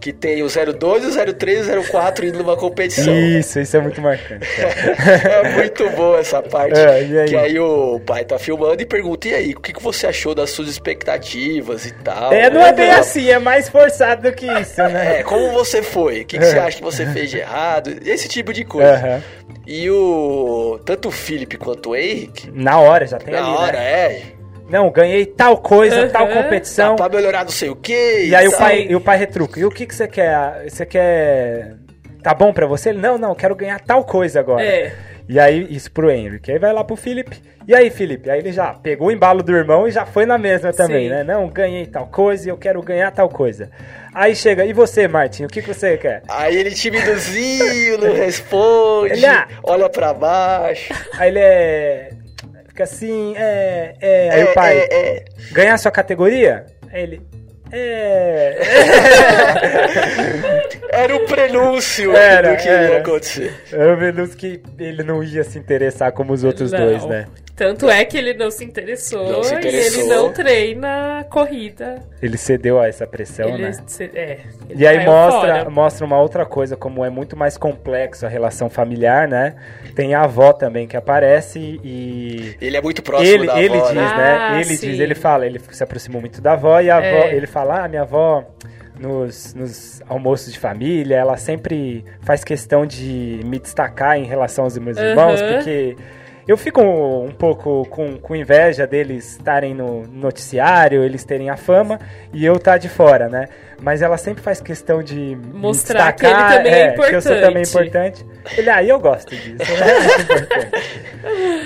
que tem o 02, o 03 e o 04 indo numa competição. Isso, isso é muito marcante. é. É muito boa essa parte. É, e aí? Que aí o pai tá filmando e pergunta: e aí, o que, que você achou das suas expectativas e tal? É, não é bem Não. assim, é mais forçado do que isso, né? É, como você foi? O que, É. que você acha que você fez de errado? Esse tipo de coisa. Aham. E o. Tanto o Felipe quanto o Henrique, Na hora, já tem na ali, hora, né? é. Não, ganhei tal coisa, Aham. tal Dá competição. pra melhorar não sei o que. E aí o Sim. pai, e o pai retruca. E o que, que você quer? Ah, Você quer. Tá bom pra você? Ele, não, não, quero ganhar tal coisa agora. É. E aí, isso pro Henrique. Aí vai lá pro Felipe. E aí, Felipe? Aí ele já pegou o embalo do irmão e já foi na mesma também, Sim. né? Não, ganhei tal coisa e eu quero ganhar tal coisa. Aí chega, e você, Martin, o que, que você quer? Aí ele timidozinho, não responde, Ele, ah. olha pra baixo. Aí ele é. Fica assim, é. é. Aí É, o pai. é, é. Ganhar sua categoria? Aí ele. É. Era o prenúncio Era, é. do que era. ia acontecer. Eu menos que ele não ia se interessar como os outros Não. dois, né? Tanto é que ele não se interessou, Não se e interessou. ele não treina a corrida. Ele cedeu a essa pressão, ele, né? se- é, ele E aí caiu mostra, fora. mostra uma outra coisa, como é muito mais complexo a relação familiar, né? Tem a avó também que aparece e. Ele é muito próximo ele, da ele avó, diz, né? né? Ah, Ele sim. diz, ele fala, ele se aproximou muito da avó e a É. avó, ele fala, ah, minha avó, nos, nos almoços de família, ela sempre faz questão de me destacar em relação aos meus Aham. irmãos, porque eu fico um, pouco com, com inveja deles estarem no noticiário, eles terem a fama e eu estar de fora, né? Mas ela sempre faz questão de me Mostrar que destacar, ele também é que eu sou também importante. importante. Ele, aí eu gosto disso, né? É muito importante.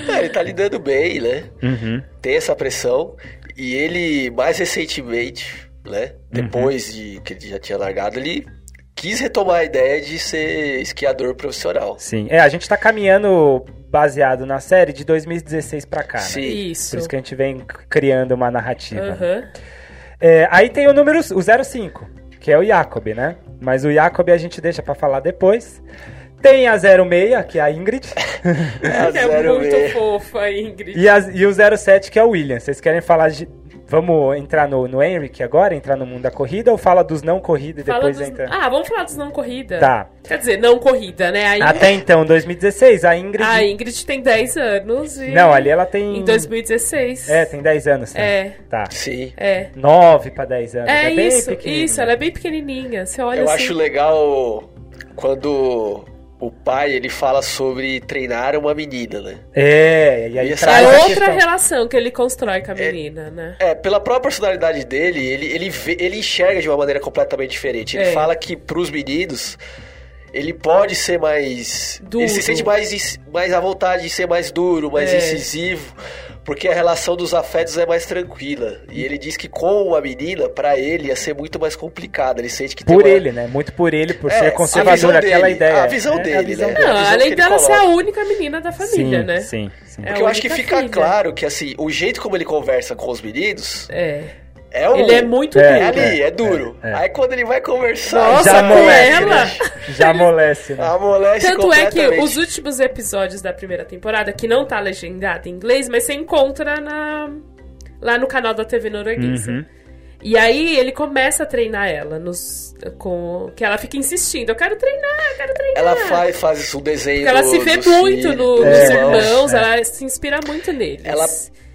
É, ele tá lidando bem, né? Uhum. Tem essa pressão. E ele, mais recentemente, né? Uhum. Depois de que ele já tinha largado, ele quis retomar a ideia de ser esquiador profissional. Sim. É, a gente tá caminhando baseado na série de 2016 pra cá. né? Sim. Isso. Por isso que a gente vem c- criando uma narrativa. né? Aham. É, aí tem o número o 05, que é o Jacob, né? Mas o Jacob a gente deixa pra falar depois. Tem a 06, que é a Ingrid. A É Tá zero muito mesmo. fofa, Ingrid. e, a, e o 07, que é o William. Vocês querem falar de. Vamos entrar no, no Henrique agora, entrar no mundo da corrida, ou fala dos não corrida e Fala depois dos- entra. Ah, vamos falar dos não corrida. então. Tá. Quer dizer, não corrida, né? A Ingrid, Até então, 2016, a Ingrid. a Ingrid tem 10 anos e... Não, ali ela tem. Em 2016. É, tem 10 anos. Tá? É, Tá. Sim. é. 9 pra 10 anos. É, É, bem isso, pequenininho. isso. Ela é bem pequenininha. Você olha Eu assim... acho legal quando o pai ele fala sobre treinar uma menina, né? É, e aí E essa traz É a outra questão. relação que ele constrói com a menina, né? É, pela própria personalidade dele, ele, ele, vê- ele enxerga de uma maneira completamente diferente. Ele É. fala que pros meninos, ele pode ser mais. Duro. Ele se sente mais, ins- mais à vontade de ser mais duro, mais É. incisivo, porque a relação dos afetos é mais tranquila. E ele diz que com a menina, pra ele, ia ser muito mais complicado. Ele sente que Por tem uma- ele, né? Muito por ele, por É, a ser visão conservador, dele, aquela ideia. a visão É, dele, né? Não, visão que além ele dela ser a coloca. única menina da família, sim, né? Sim, sim. É Porque eu a acho que única fica filha. claro que, assim, o jeito como ele conversa com os meninos É. é um... Ele é muito É, É duro. ali, é duro. é, é. Aí quando ele vai conversar... Nossa, Já com amolece, ela? né? Já amolece, Ah, né? Amolece Tanto é que completamente. os últimos episódios da primeira temporada, que não tá legendado em inglês, mas você encontra na... lá no canal da TV norueguesa. Uhum. E aí ele começa a treinar ela, nos... com... que ela fica insistindo, eu quero treinar, eu quero treinar. Ela faz, faz um desenho. Porque ela do- se vê dos muito filhos, no- dos nos É. irmãos, ela se inspira muito neles. Ela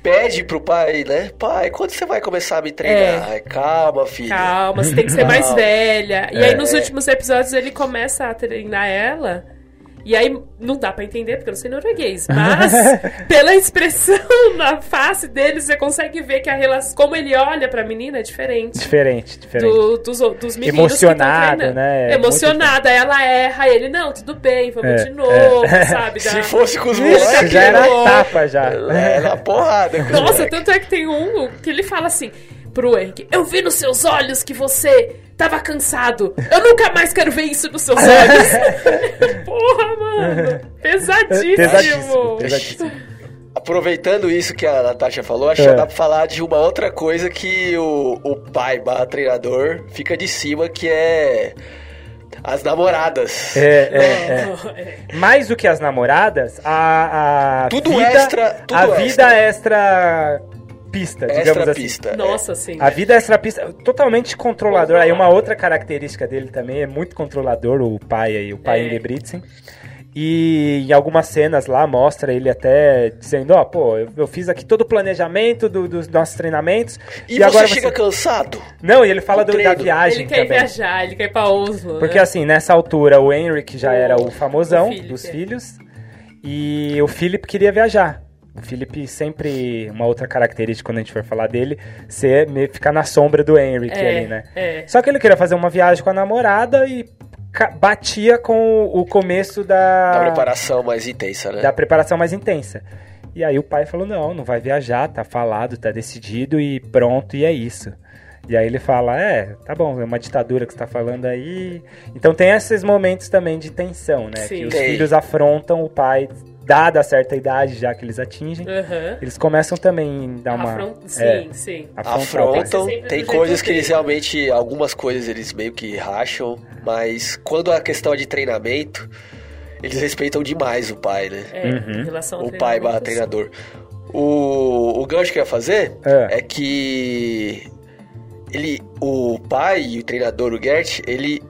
pede pro pai, né? Pai, quando você vai começar a me treinar? Ai, Calma, filho. É. Calma, você tem que ser mais É. Calma. velha. E aí nos últimos episódios ele começa a treinar ela. E aí não dá pra entender, porque eu não sei norueguês. Mas pela expressão na face dele, você consegue ver que a relação. Como ele olha pra menina é diferente. Diferente, diferente. do- dos, o- dos meninos Emocionado, que tão treinando. né? É Emocionada, ela erra, ele, não, tudo bem, vamos É, de novo, é. sabe? Se dá- fosse com os Isso, moleques, É, já era Louco. tapa já. É, era a porrada. com os Nossa, moleque. tanto é que tem um que ele fala assim pro Henrique: Eu vi nos seus olhos que você tava cansado. Eu nunca mais quero ver isso nos seus olhos. Porra, mano. Pesadíssimo. Pesadíssimo, pesadíssimo. Aproveitando isso que a Natasha falou, acho que É. dá pra falar de uma outra coisa que o, o pai barra treinador fica de cima, que é as namoradas. É, é. É. Mais do que as namoradas, a, a Tudo vida, extra- tudo a vida extra pista, digamos Extra assim. pista. É. é. Nossa, sim. A vida extra pista totalmente controlador. Aí uma outra característica dele também é muito controlador o pai aí, o pai É. Ingebrigtsen. E em algumas cenas lá mostra ele até dizendo, ó, pô, eu, eu fiz aqui todo o planejamento do- dos nossos treinamentos. E, E, você agora chega você... cansado. Não, e ele fala com do- da treino. viagem ele quer ir também. viajar, ele quer ir pra Oslo. Porque né? assim, nessa altura o Henrik já O- era o famosão o Philip, dos é. filhos e o Philip queria viajar. O Philip sempre, uma outra característica quando a gente for falar dele, ser meio ficar na sombra do Henrik É, ali, né? é. Só que ele queria fazer uma viagem com a namorada e ca- batia com o começo Na da, preparação mais intensa, né? da preparação mais intensa. E aí o pai falou: não, não vai viajar, tá falado, tá decidido e pronto, e é isso. E aí ele fala: é, tá bom, é uma ditadura que você tá falando aí. Então tem esses momentos também de tensão, né? Sim. Que os Tem. filhos afrontam o pai, dada a certa idade já que eles atingem, Aham. eles começam também a dar uma. é. Afron- Sim, sim. afrontar o pai. Afrontam. Tem que ser sempre Tem do jeito coisas que dele. eles realmente. Algumas coisas eles meio que racham, mas quando a questão é de treinamento, eles respeitam demais o pai, né? É, em Uhum. relação ao o pai barra treinamento, treinador. O, o gancho que eu ia fazer É. é. que ele, o pai e o treinador, o Gert, ele.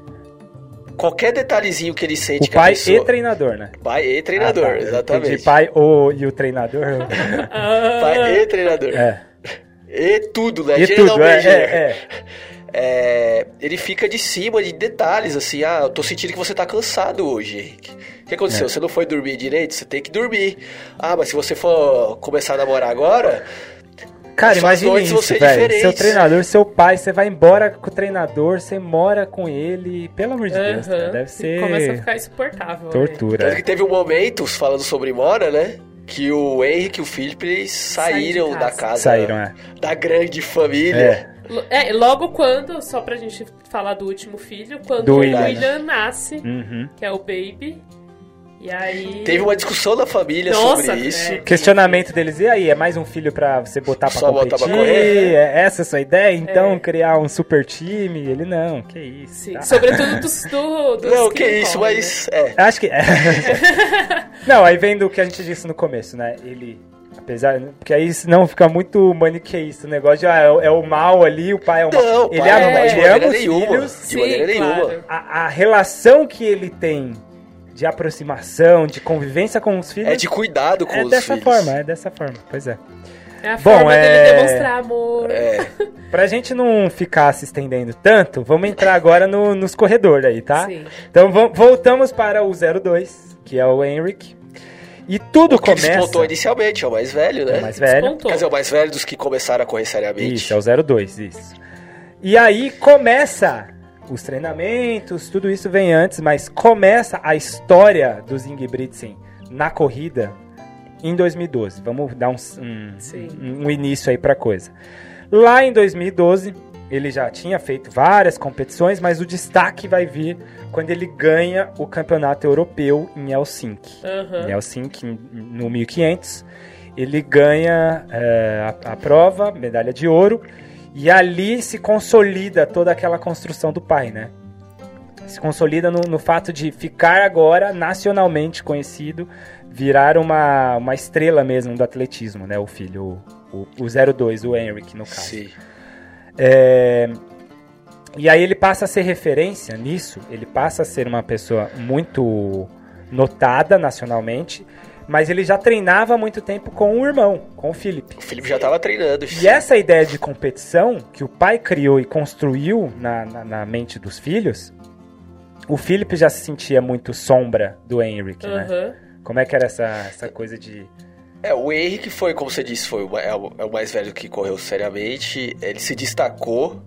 Qualquer detalhezinho que ele sente O que a pai pessoa- e treinador, né? Pai e treinador, Ah, tá. Eu exatamente. entendi, pai ou, e o treinador. assim. Ah, Pai e treinador. é. E tudo, né? E tudo, é, Geralmente, é, é. É, ele fica de cima de detalhes, assim, ah, eu tô sentindo que você tá cansado hoje, Henrique. O que É. aconteceu? Você não foi dormir direito? Você tem que dormir. Ah, mas se você for começar a namorar agora, Cara, Suas imagina noites isso, vão ser velho. diferentes. Seu treinador, seu pai, você vai embora com o treinador, você mora com ele. Pelo amor de Deus, cara, aham. deve Começa a ser ficar insuportável. né? tanto tortura. que teve um momento, falando sobre Mora, né? Que o Henrique e o Felipe eles saíram de da casa. casa. Saíram, é. Da grande família. Lo- É, logo quando, só pra gente falar do último filho, quando Do o William. William, nasce, Uhum. que é o baby, e É. aí... Teve um- uma discussão na família Nossa, sobre isso. é. Questionamento deles, e aí, é mais um filho pra você botar pra Só botar competir? pra correr? É Essa é a sua ideia? Então, criar um super time? Ele, não, que isso. Sim, tá? sobretudo dos... Do, dos né? Não, que que isso, correm, mas. É. Acho que. não, aí vem do que a gente disse no começo, né? Ele. Apesar. Porque aí senão fica muito maniqueísta o negócio de, ah, é, o- é o mal ali, o pai é o mal. Não, ele pai, ama, é, ele de maneira ama os nenhuma. filhos. De maneira nenhuma. né? claro. A, a relação que ele tem de aproximação, de convivência com os filhos. É de cuidado com é os dessa filhos. forma, é dessa forma, pois é. É a Bom, forma é- dele demonstrar amor. É, Pra gente não ficar se estendendo tanto, vamos entrar agora no- nos corredores aí, tá? Sim. Então vam- voltamos para o 02, que é o Henrik. E tudo Que começa. despontou inicialmente, é o mais velho, né? É o mais velho. Despontou. Quer dizer, o mais velho dos que começaram a correr seriamente. Isso, é o 02, isso. E aí começa os treinamentos, tudo isso vem antes, mas começa a história do Ingebrigtsen na corrida em 2012. Vamos dar um, um- Sim. um início aí pra coisa. Lá em 2012, ele já tinha feito várias competições, mas o destaque vai vir quando ele ganha o campeonato europeu em Helsinki Aham. em Helsinki, em- Né, no 1500. Ele ganha é, a, a prova, medalha de ouro, e ali se consolida toda aquela construção do pai, né? Se consolida no, no fato de ficar agora nacionalmente conhecido, virar uma, uma estrela mesmo do atletismo, né? O filho, o, o, o 02, o Henrik, no caso. Sim. E aí ele passa a ser referência nisso, ele passa a ser uma pessoa muito notada nacionalmente, mas ele já treinava há muito tempo com o irmão, com o Felipe. O Felipe já tava treinando. E é- essa ideia de competição que o pai criou e construiu na, na, na mente dos filhos O Philip já se sentia muito sombra do Henrik, né? Aham. Como é que era essa, essa coisa de. É, o Henrique foi, como você disse, foi o, ma- é o- é o mais velho que correu seriamente. Ele se destacou,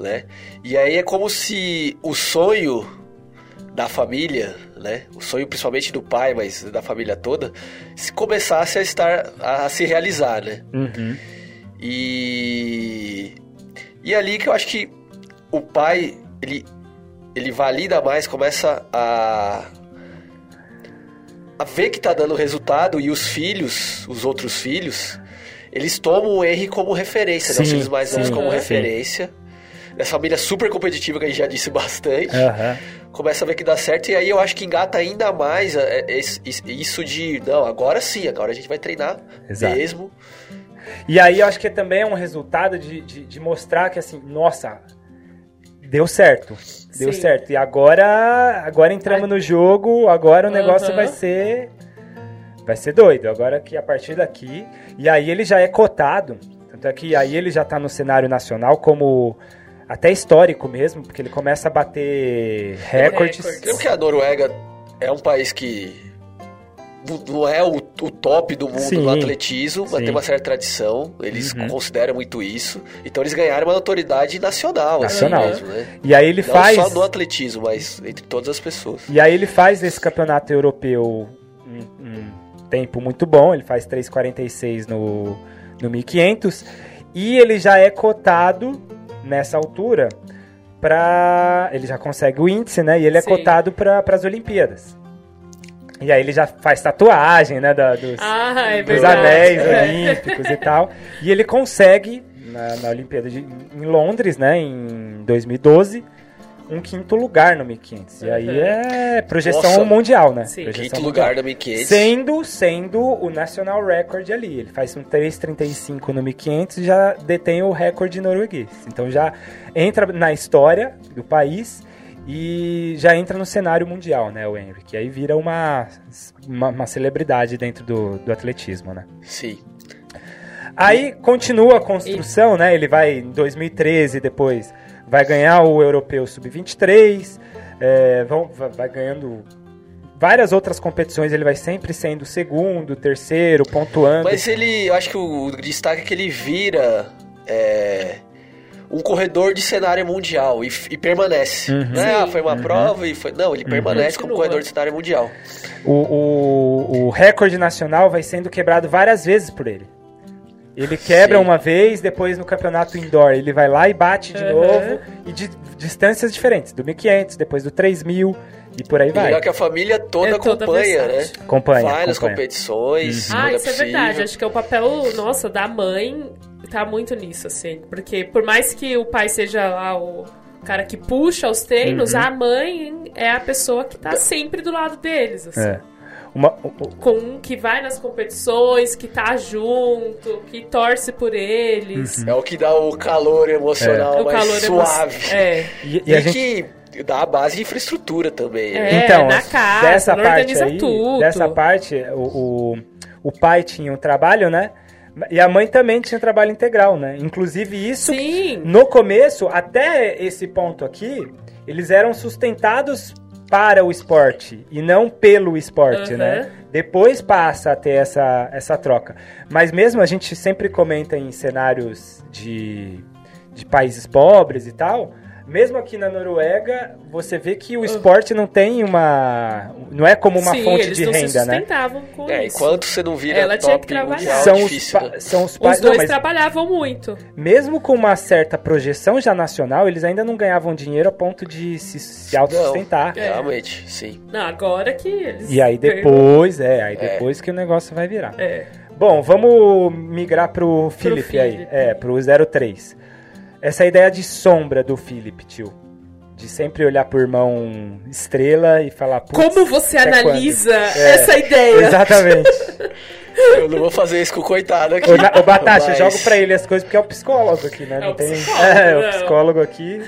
né? E aí é como se o sonho da família, né? O sonho principalmente do pai, mas da família toda, se começasse a estar a se realizar, né? Uhum. E e ali que eu acho que o pai ele ele valida mais, começa a a ver que tá dando resultado e os filhos, os outros filhos, eles tomam o Henry como referência, né? os Sim, filhos mais novos sim, como sim. referência. Essa família super competitiva que a gente já disse bastante Aham. começa a ver que dá certo e aí eu acho que engata ainda mais é, é, es- is- isso de não agora sim agora a gente vai treinar Exato. mesmo E aí eu acho que também é um resultado de, de, de mostrar que assim, nossa, deu certo. Deu Sim. certo. E agora, agora entramos no jogo, agora o negócio Aham. vai ser. Vai ser doido. Agora que a partir daqui. E aí ele já é cotado. Tanto é que aí ele já tá no cenário nacional como. Até histórico mesmo, porque ele começa a bater recordes. Recordes. lembra que a Noruega é um país que não- não é o, o top do mundo Sim. no atletismo mas Sim. tem uma certa tradição eles Uhum. consideram muito isso então eles ganharam uma autoridade nacional assim Nacional. mesmo, né? E aí ele não faz. só no atletismo mas entre todas as pessoas E aí ele faz desse campeonato europeu um, um tempo muito bom, ele faz 3,46 no, no 1500 e ele já é cotado nessa altura para ele já consegue o índice, né? E ele é Sim. cotado para as Olimpíadas. E aí ele já faz tatuagem, né, da- dos, Ah, é dos verdade. anéis né? É. olímpicos e tal. E ele consegue, na, na Olimpíada de, em Londres, né, em 2012, um quinto lugar no 1500. E aí Uhum. é projeção Nossa. mundial, né? Sim. Projeção quinto mundial. lugar da Mickey Sendo, sendo o national record ali. Ele faz um 3,35 no 1500 e já detém o recorde norueguês. Então já entra na história do país e já entra no cenário mundial, né, o Henrik? E aí vira uma, uma, uma celebridade dentro do, do atletismo, né? sim Aí continua a construção, né? Ele vai em 2013 depois, vai ganhar o Europeu Sub-23, é, vão- va- vai ganhando várias outras competições, ele vai sempre sendo segundo, terceiro, pontuando. Mas ele, eu acho que o destaque é que ele vira é, um corredor de cenário mundial e, f- e permanece. Uhum. Não é, ah, foi uma Uhum. prova e foi. Não, ele permanece como Continua. corredor de cenário mundial. O, o- o recorde nacional vai sendo quebrado várias vezes por ele. Ele quebra Ah, Sim. uma vez, depois no campeonato indoor ele vai lá e bate de Uhum. novo, e de distâncias diferentes, do 1500, depois do 3000 e por aí E legal vai. que a família toda É toda acompanha, né? versátil. Acompanha, acompanha. Várias Uhum. competições. Ah, quando isso é possível. verdade. Acho que o papel, nossa, da mãe tá muito nisso, assim. Porque por mais que o pai seja lá o cara que puxa os Uhum. treinos, a mãe é a pessoa que tá sempre do lado deles, assim. É. Uma- o- o- Com um que vai nas competições, que tá junto, que torce por eles. Uhum. É o que dá o calor emocional É. O mais calor emo- suave. É. e, E, e a gente que dá a base de infraestrutura também. né? É, então, na casa, dessa ela parte organiza aí, tudo. dessa parte, o, o, o pai tinha um trabalho, né? E a mãe também tinha um trabalho integral, né? Inclusive isso, Sim. no começo, até esse ponto aqui, eles eram sustentados para o esporte e não pelo esporte, Uhum. né? Depois passa a ter essa, essa troca. Mas mesmo a gente sempre comenta em cenários de, de países pobres e tal. Mesmo aqui na Noruega, você vê que o esporte não tem uma. não é como uma Sim, fonte eles de não se renda, né? sustentavam com É, isso. enquanto você não vira Ela tinha que top trabalhar. mundial, são, é os difícil. pa- né? são os Os pais. dois não, mas trabalhavam muito. mesmo com uma certa projeção já nacional, eles ainda não ganhavam dinheiro a ponto de se, se autossustentar. É. Realmente, sim. Não, agora que eles. E aí depois, é, aí depois que o negócio vai virar. É. Bom, vamos migrar pro Philip aí. Philip. É, pro 03. Essa ideia de sombra do Philip, tio. De sempre olhar pro irmão estrela e falar... "Putz, Como você até quando?" analisa É. essa ideia? Exatamente. Eu não vou fazer isso com o coitado aqui. Ô, Na- ô, Batata, Mas- eu jogo pra ele as coisas porque é o psicólogo aqui, né? É Não o tem... psicólogo, é, né? o psicólogo aqui.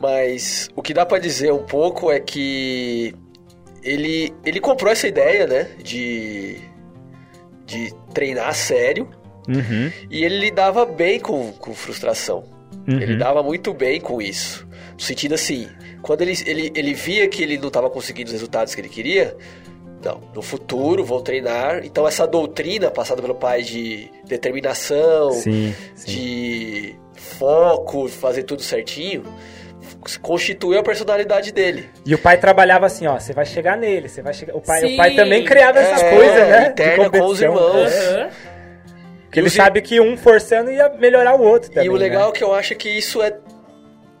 Mas o que dá pra dizer um pouco é que ele, ele comprou essa ideia, né? De, de treinar a sério. Uhum, Uhum. E ele lidava bem com, com frustração. Ele lidava muito bem com isso. No sentido assim, quando ele, ele, ele via que ele não estava conseguindo os resultados que ele queria, então, no futuro vou treinar. Então, essa doutrina passada pelo pai de determinação, Sim, sim. de foco, fazer tudo certinho, constituiu a personalidade dele. E o pai trabalhava assim, ó, você vai chegar nele, você vai chegar. O pai, o Sim. pai também criava essa É, coisa, né? interna com os irmãos. Aham. Porque ele E os- sabe que um forçando ia melhorar o outro também. e o legal né? é que eu acho que isso é,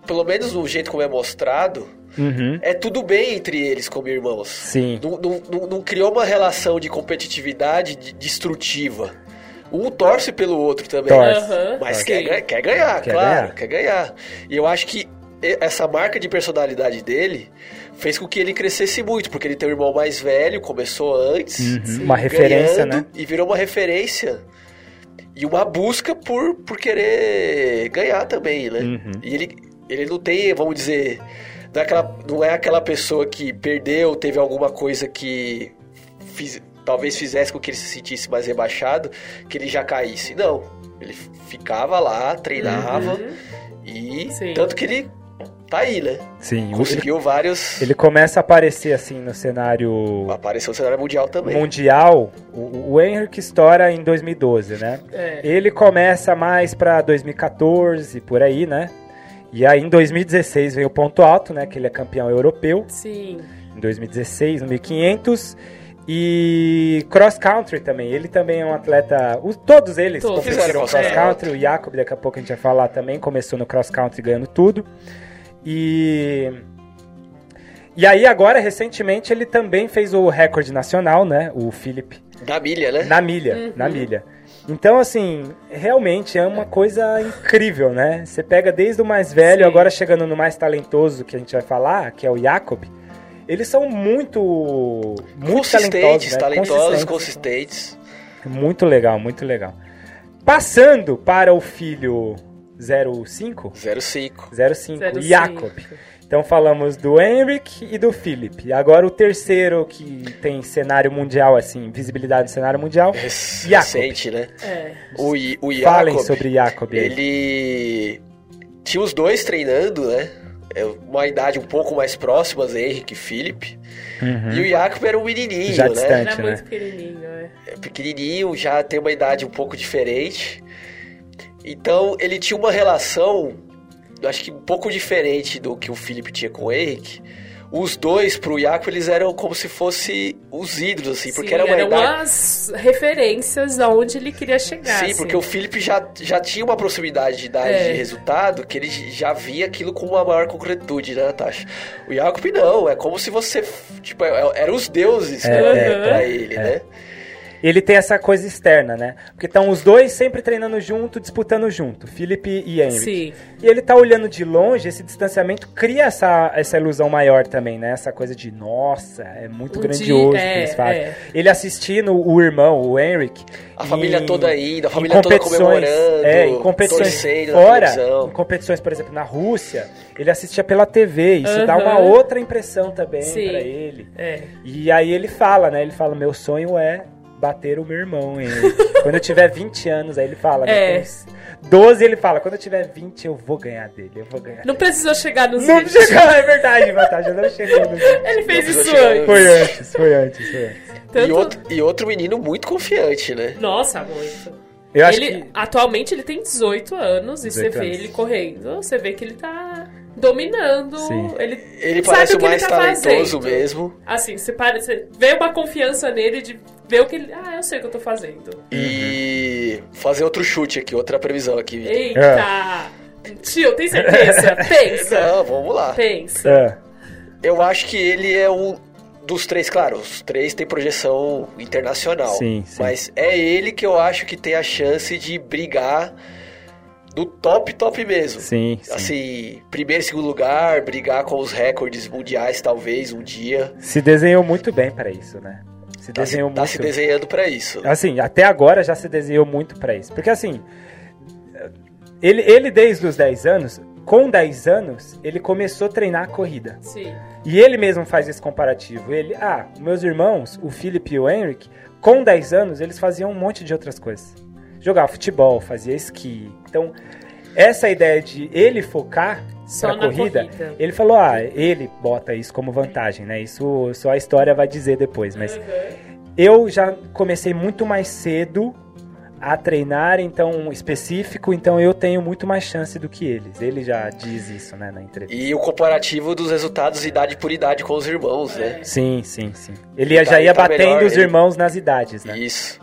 pelo menos do jeito como é mostrado, Uhum. é tudo bem entre eles como irmãos. Sim. Não, não- não- não criou uma relação de competitividade de- destrutiva. Um torce pelo outro também. Torce. Aham. Mas Sim. quer, gan- quer ganhar, Quer claro, ganhar. quer ganhar. E eu acho que e- essa marca de personalidade dele fez com que ele crescesse muito, porque ele tem um irmão mais velho, começou antes, Uhum. Uma referência, né? ganhando, E virou uma referência e uma busca por, por querer ganhar também, né? Uhum. E ele, ele não tem, vamos dizer, não é, aquela, não é aquela pessoa que perdeu, teve alguma coisa que fiz- talvez fizesse com que ele se sentisse mais rebaixado, que ele já caísse. Não. Ele ficava lá, treinava Uhum. e. Sim. Tanto que ele tá aí, né? Sim. o- Ele, Conseguiu vários. ele começa a aparecer assim no cenário Apareceu no cenário mundial também. mundial. O, o Henrique estoura em 2012, né? É. Ele começa mais pra 2014, por aí, né? E aí em 2016 vem o ponto alto, né? Que ele é campeão europeu. Sim. em 2016, no 1500. E cross country também. Ele também é um atleta. os- todos eles Todos. competiram Fizeram no cross cross country. O Jacob, daqui a pouco a gente vai falar também, começou no cross country ganhando tudo. E. E aí, agora, recentemente, ele também fez o recorde nacional, né? O Philip. Da milha, né? Na milha. Uhum. Na milha. Então, assim, realmente é uma coisa incrível, né? Você pega desde o mais velho, Sim. agora chegando no mais talentoso que a gente vai falar, que é o Jacob. Eles são muito. Muito talentosos. consistentes, né? Consistentes. talentosos, consistentes. Muito legal, muito legal. Passando para o filho 05. 05. 05, Zero Jacob. cinco. Então falamos do Henrik e do Philip. E agora o terceiro que tem cenário mundial, assim, visibilidade no cenário mundial. Rec- Jacob. Recente, né? É. O, I- o Falem Jacob, sobre Jacob. aí. ele tinha os dois treinando, né? É Uma idade um pouco mais próximas, Henrique e Felipe. Uhum. E o Jacob era um menininho, Já né? distante, Era né? muito pequenininho, é. Pequenininho, já tem uma idade um pouco diferente. Então, ele tinha uma relação, eu acho que um pouco diferente do que o Felipe tinha com o Henrique. Os dois, pro Jacob, eles eram como se fossem os ídolos, assim, porque Sim, era uma eram idade... as referências aonde ele queria chegar. Sim, assim. porque o Felipe já, já tinha uma proximidade de idade É. de resultado que ele já via aquilo com uma maior concretude, né, Natasha? O Jacob não, é como se você. Tipo, é- eram os deuses É, pra- é, pra é, ele, é. né? Ele tem essa coisa externa, né? Porque estão os dois sempre treinando junto, disputando junto, Felipe e Henry. Sim. E ele tá olhando de longe, esse distanciamento cria essa, essa ilusão maior também, né? Essa coisa de, nossa, é muito Um grandioso dia- que eles é, fazem. é. Ele assistindo o irmão, o Henrik. A em- família toda indo, a em família toda comemorando, é, em competições torcendo na fora, em televisão. competições, por exemplo, na Rússia, ele assistia pela TV, isso dá Aham. uma outra impressão também Sim. pra ele. É. E aí ele fala, né? Ele fala: meu sonho é bater o meu irmão, hein? quando eu tiver 20 anos, aí ele fala, né? É. com uns 12 ele fala, quando eu tiver 20 eu vou ganhar dele, eu vou ganhar. Não precisou chegar nos Não vídeos. chegou, é verdade, Batalha, não chegou. no- Ele fez precisou isso chegar antes. Foi antes, foi antes, foi antes. Tanto- E, outro, e outro menino muito confiante, né? Nossa, muito. Eu acho ele, que. Atualmente ele tem 18 anos e você 18 vê anos. ele correndo, você vê que ele tá dominando. Sim. Ele, Ele sabe parece o o que ele mais tá talentoso fazendo. mesmo. Assim, você, para, você vê uma confiança nele de ver o que ele. Ah, eu sei o que eu tô fazendo. E Uhum. fazer outro chute aqui, outra previsão aqui. Vitor. Eita! É. Tio, tem certeza? pensa, Não, vamos lá. pensa. Ah, Eu acho que ele é um dos três, claro, os três têm projeção internacional. Sim, sim. Mas é ele que eu acho que tem a chance de brigar no top, top mesmo. sim, sim. Assim, primeiro e segundo lugar, brigar com os recordes mundiais, talvez, um dia. Se desenhou muito bem pra isso, né? Se Tá, se- desenhou tá muito se desenhando pra isso. assim, até agora já se desenhou muito pra isso. Porque assim, ele, ele desde os 10 anos, com 10 anos, ele começou a treinar a corrida. Sim. E ele mesmo faz esse comparativo. Ele, ah, meus irmãos, o Philip e o Henrik, com 10 anos, eles faziam um monte de outras coisas. Jogava futebol, fazia esqui. Então, essa ideia de ele focar Só pra na corrida, corrida. ele falou, ah, ele bota isso como vantagem, né? Isso só a história vai dizer depois, mas Uhum. eu já comecei muito mais cedo a treinar, então específico, então eu tenho muito mais chance do que eles. Ele já diz isso, né, na entrevista. E o comparativo dos resultados idade por idade com os irmãos, né? Sim, sim, sim. Ele já Tá- ia tá batendo melhor, os ele- irmãos nas idades, né? Isso.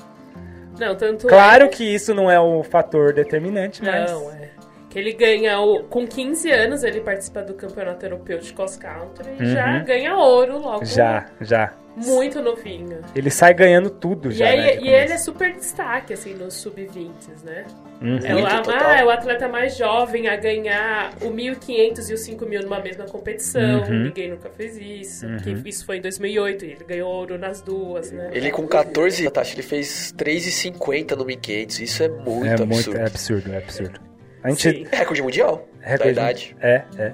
Não, tanto é Claro que isso não é um fator determinante, mas. Não, é. Que ele ganha o. Com 15 anos, ele participa do campeonato europeu de cross-country e Uhum. já ganha ouro logo. Já, já. Muito novinho. Ele sai ganhando tudo já. e aí- né, de e começo. ele é super destaque, assim, nos sub-20s, né? Uhum. É o, Muito ah, total. é o atleta mais jovem a ganhar o 1.500 e o 5.000 numa mesma competição. Uhum. Ninguém nunca fez isso. porque isso foi em 2008 e ele ganhou ouro nas duas, né? Ele com 14 anos, Tati, ele fez 3,50 no 1500. Isso é muito É absurdo. muito é absurdo, é absurdo. A gente. Sim. É recorde mundial da recorde- idade. É, é.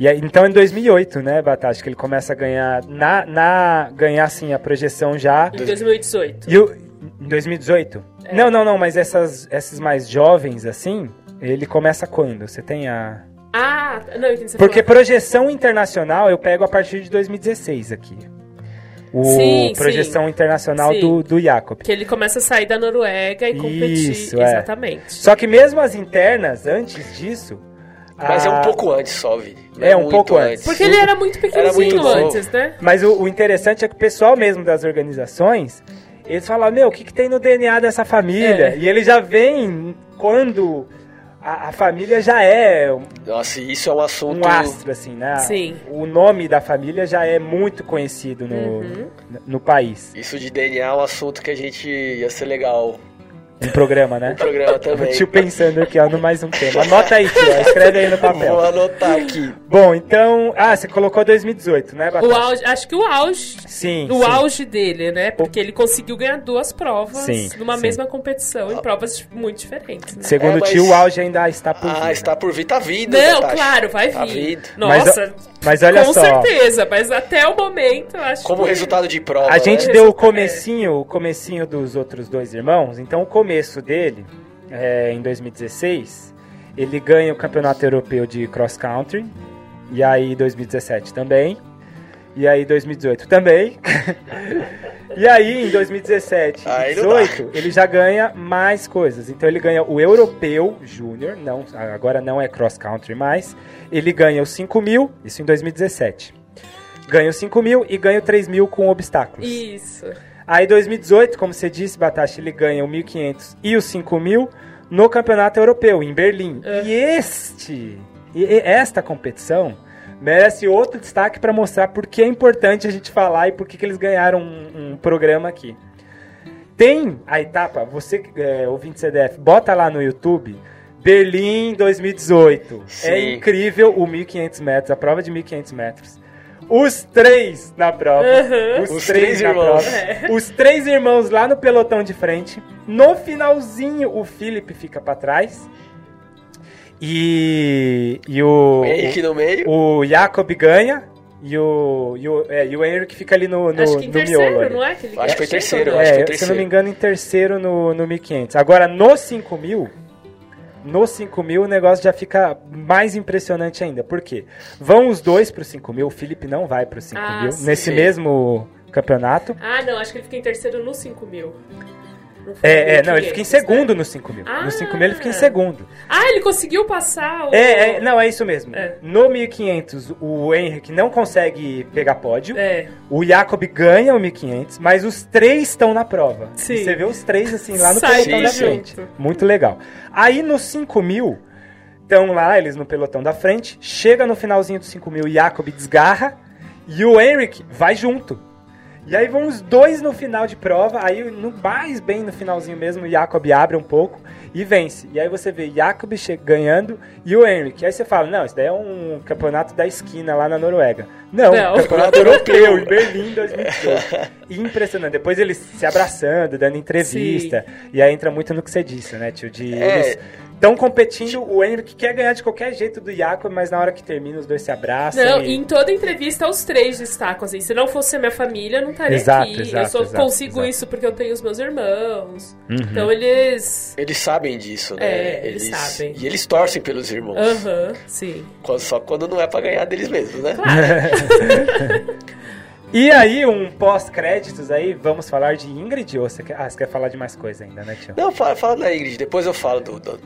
E aí, então em 2008, né, Batata, que ele começa a ganhar na, na ganhar assim a projeção já. Em 2018. E o em 2018? Não, não, não, mas essas esses mais jovens assim, ele começa quando? Você tem a Ah, não, eu entendi. o que Você Porque falou. projeção internacional eu pego a partir de 2016 aqui. O Sim, projeção internacional Sim. do, do Jacob. Que ele começa a sair da Noruega e competir. Isso, é. Exatamente. Só que mesmo as internas, antes disso. Mas é a- um pouco antes só, Vini. Não Ah. É, um muito pouco antes. Porque ele era muito pequenininho muito novo. antes, né? Mas o, o interessante é que o pessoal mesmo das organizações, eles falam, meu, o que, que tem no DNA dessa família? É. E ele já vem quando a, a família já é um, Nossa, isso é um assunto. um astro, assim, né? Sim. O nome da família já é muito conhecido no, Uhum. no, no país. Isso de DNA é um assunto que a gente ia ser legal No programa, né? no programa O também. tio pensando aqui, ó, no mais um tema. Anota aí, tio, ó, escreve aí no papel. Vou anotar aqui. Bom, então. Ah, você colocou 2018, né, O Batata? auge, acho que o auge. Sim. O sim. auge dele, né? Porque ele conseguiu ganhar duas provas Sim, numa sim. mesma competição, em provas muito diferentes. Né? Segundo É, o mas- tio, o auge ainda está por. vir, Ah, né? está por vir, tá vindo. Não, Natasha. claro, vai vir. Tá vindo. Mas, Nossa, Mas olha com só. certeza, mas até o momento eu acho Como que... resultado de prova. A né? gente deu o comecinho, o comecinho dos outros dois irmãos. Então, o começo dele, é, em 2016, ele ganha o Campeonato Europeu de Cross Country. E aí, 2017 também. E aí, 2018 também. e aí, em 2017 e Aí não 2018, ele já ganha mais coisas. Então, ele ganha o Europeu Júnior, não, agora não é Cross Country mais. Ele ganha os 5 mil, isso em 2017. Ganha os 5 mil e ganha o 3 mil com obstáculos. Isso. Aí 2018, como você disse, Batashi, ele ganha o 1.500 e o 5.000 no Campeonato Europeu, em Berlim. É. E este, e- e esta competição merece outro destaque para mostrar por que é importante a gente falar e por que, que eles ganharam um, um programa aqui. Tem a etapa, você, que é, ouvinte CDF, bota lá no YouTube... Berlim 2018. É Sim. incrível o 1.500 metros, a prova de 1.500 metros. Os três na prova. Aham. Os, Os três, três irmãos. É. irmãos. Os três irmãos lá no pelotão de frente. No finalzinho, o Felipe fica pra trás. E, e o, Henrique no meio. o Jacob ganha. E o, e o, é, e o Henrique fica ali no, no, acho que em no terceiro, miolo. ali. não é? Que ele Acho que foi chega, terceiro, né? eu acho que foi É, se eu não me terceiro. engano, em terceiro no, no 1500. Agora, no 5000, no 5000 o negócio já fica mais impressionante ainda. Por quê? Vão os dois pro 5000, o Felipe não vai pro 5000 Ah, sim. nesse mesmo campeonato. Ah, não, acho que ele fica em terceiro no 5 mil. Não foi É, é, não, 1.500, ele fica em né? segundo no 5 mil. Ah. No 5 mil ele fica em segundo. Ah, ele conseguiu passar o... É, é, não, é isso mesmo. É. No 1500, o Henrique não consegue pegar pódio. É, O Jacob ganha o 1500, mas os três estão na prova. Sim. E Você vê os três assim lá no Sai pelotão tudo da frente. junto. Muito legal. Aí nos 5000, estão lá eles no pelotão da frente, chega no finalzinho dos 5000, o Jacob desgarra e o Henrik vai junto. E aí vão os dois no final de prova, aí no mais bem no finalzinho mesmo, o Jacob abre um pouco e vence. E aí você vê Jacob che- ganhando e o Henrik. Aí você fala, não, isso daí é um campeonato da esquina lá na Noruega. Não, Não. campeonato europeu, em Berlim 2018. E Impressionante. Depois eles se abraçando, dando entrevista. E aí entra muito no que você disse, né, tio? De É. eles Estão competindo, o Henrik quer ganhar de qualquer jeito do Jacob, mas na hora que termina os dois se abraçam. Não, e... em toda entrevista os três destacam, assim, se não fosse a minha família, eu não estaria Exato, aqui. eu exato, só exato, consigo exato. Uhum. isso porque eu tenho os meus irmãos. Então eles. Eles sabem disso, né? É, eles sabem. E eles torcem pelos irmãos. Aham, sim. Quando- Só quando não é pra ganhar deles mesmos, né? E aí, um pós-créditos aí, vamos falar de Ingrid ou você quer... Ah, você quer falar de mais coisa ainda, né, tio? Não, fala, fala da Ingrid, depois eu falo do. do-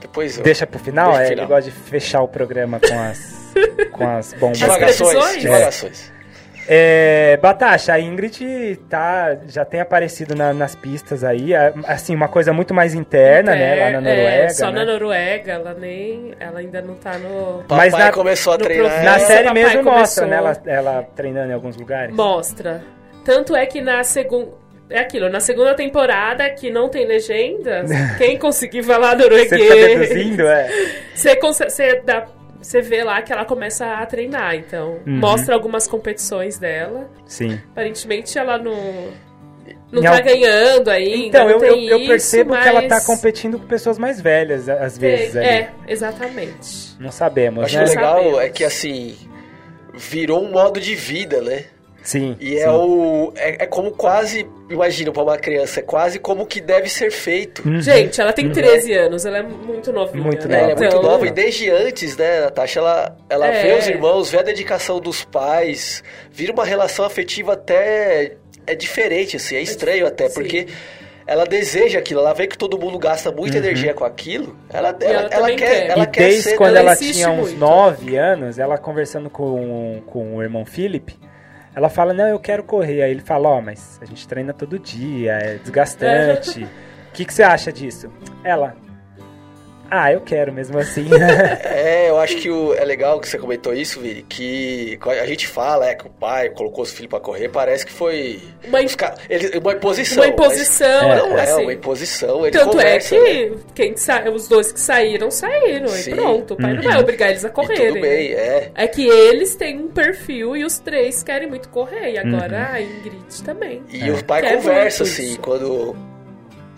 depois eu. Deixa pro final, Deixa é, pro ele final. gosta de fechar o programa com as, com as bombas. As Divagações, previsões? divagações. É, Batasha, a Ingrid tá, já tem aparecido na- nas pistas aí, a- assim, uma coisa muito mais interna, né, lá na É, Noruega, É, só né? na Noruega, ela nem. Ela ainda não tá no. Papai Mas na- começou a no treinar. prof- Na É, série papai mesmo mostra, começou. né, ela, ela treinando em alguns lugares. Mostra. Tanto é que na segunda. É aquilo, na segunda temporada que não tem legendas, quem conseguir falar Você norueguês. tá deduzindo, é? Você, conse- você, dá- você vê lá que ela começa a treinar, então. Uhum. Mostra algumas competições dela. Sim. Aparentemente ela não. Não Em tá algum- ganhando ainda. Então, não eu, eu, tem eu isso, percebo que ela tá mas competindo com pessoas mais velhas, a- às tem- vezes, ali. É, exatamente. Não sabemos, Acho né? que o legal Sabemos. é que assim. Virou um modo de vida, né? Sim. E sim. é o. É, é como quase. Imagina, pra uma criança, é quase como que deve ser feito. Uhum. Gente, ela tem 13 anos, ela é muito novinha. Muito né? nova. Ela é muito Então, nova e desde antes, né, Natasha? Ela, ela É. vê os irmãos, vê a dedicação dos pais, vira uma relação afetiva até. É diferente, assim, é estranho até, sim. porque ela deseja aquilo, ela vê que todo mundo gasta muita energia com aquilo, ela, Uhum. ela ela, ela também quer, quer. Ela e quer desde ser. quando ela ela, insiste tinha uns muito. 9 anos, ela conversando com, com o irmão Felipe, ela fala, não, eu quero correr. Aí ele fala, ó, mas a gente treina todo dia, é desgastante. É. O que, que você acha disso? Ela, ah, eu quero mesmo assim. É, eu acho que o- é legal que você comentou isso, Vini, que a gente fala, é, que o pai colocou os filhos pra correr, parece que foi. Uma os ca- eles- uma imposição. Uma mas imposição, não é, assim. uma imposição. Eles Tanto é conversam, né? que quem sa- os dois que saíram, saíram. Sim. Uhum. E pronto, o pai não vai obrigar eles a E correrem. Tudo bem, é. É que eles têm um perfil e os três querem muito correr. E agora Uhum. a Ingrid também. E o pai Quer conversa, É muito assim, isso. quando.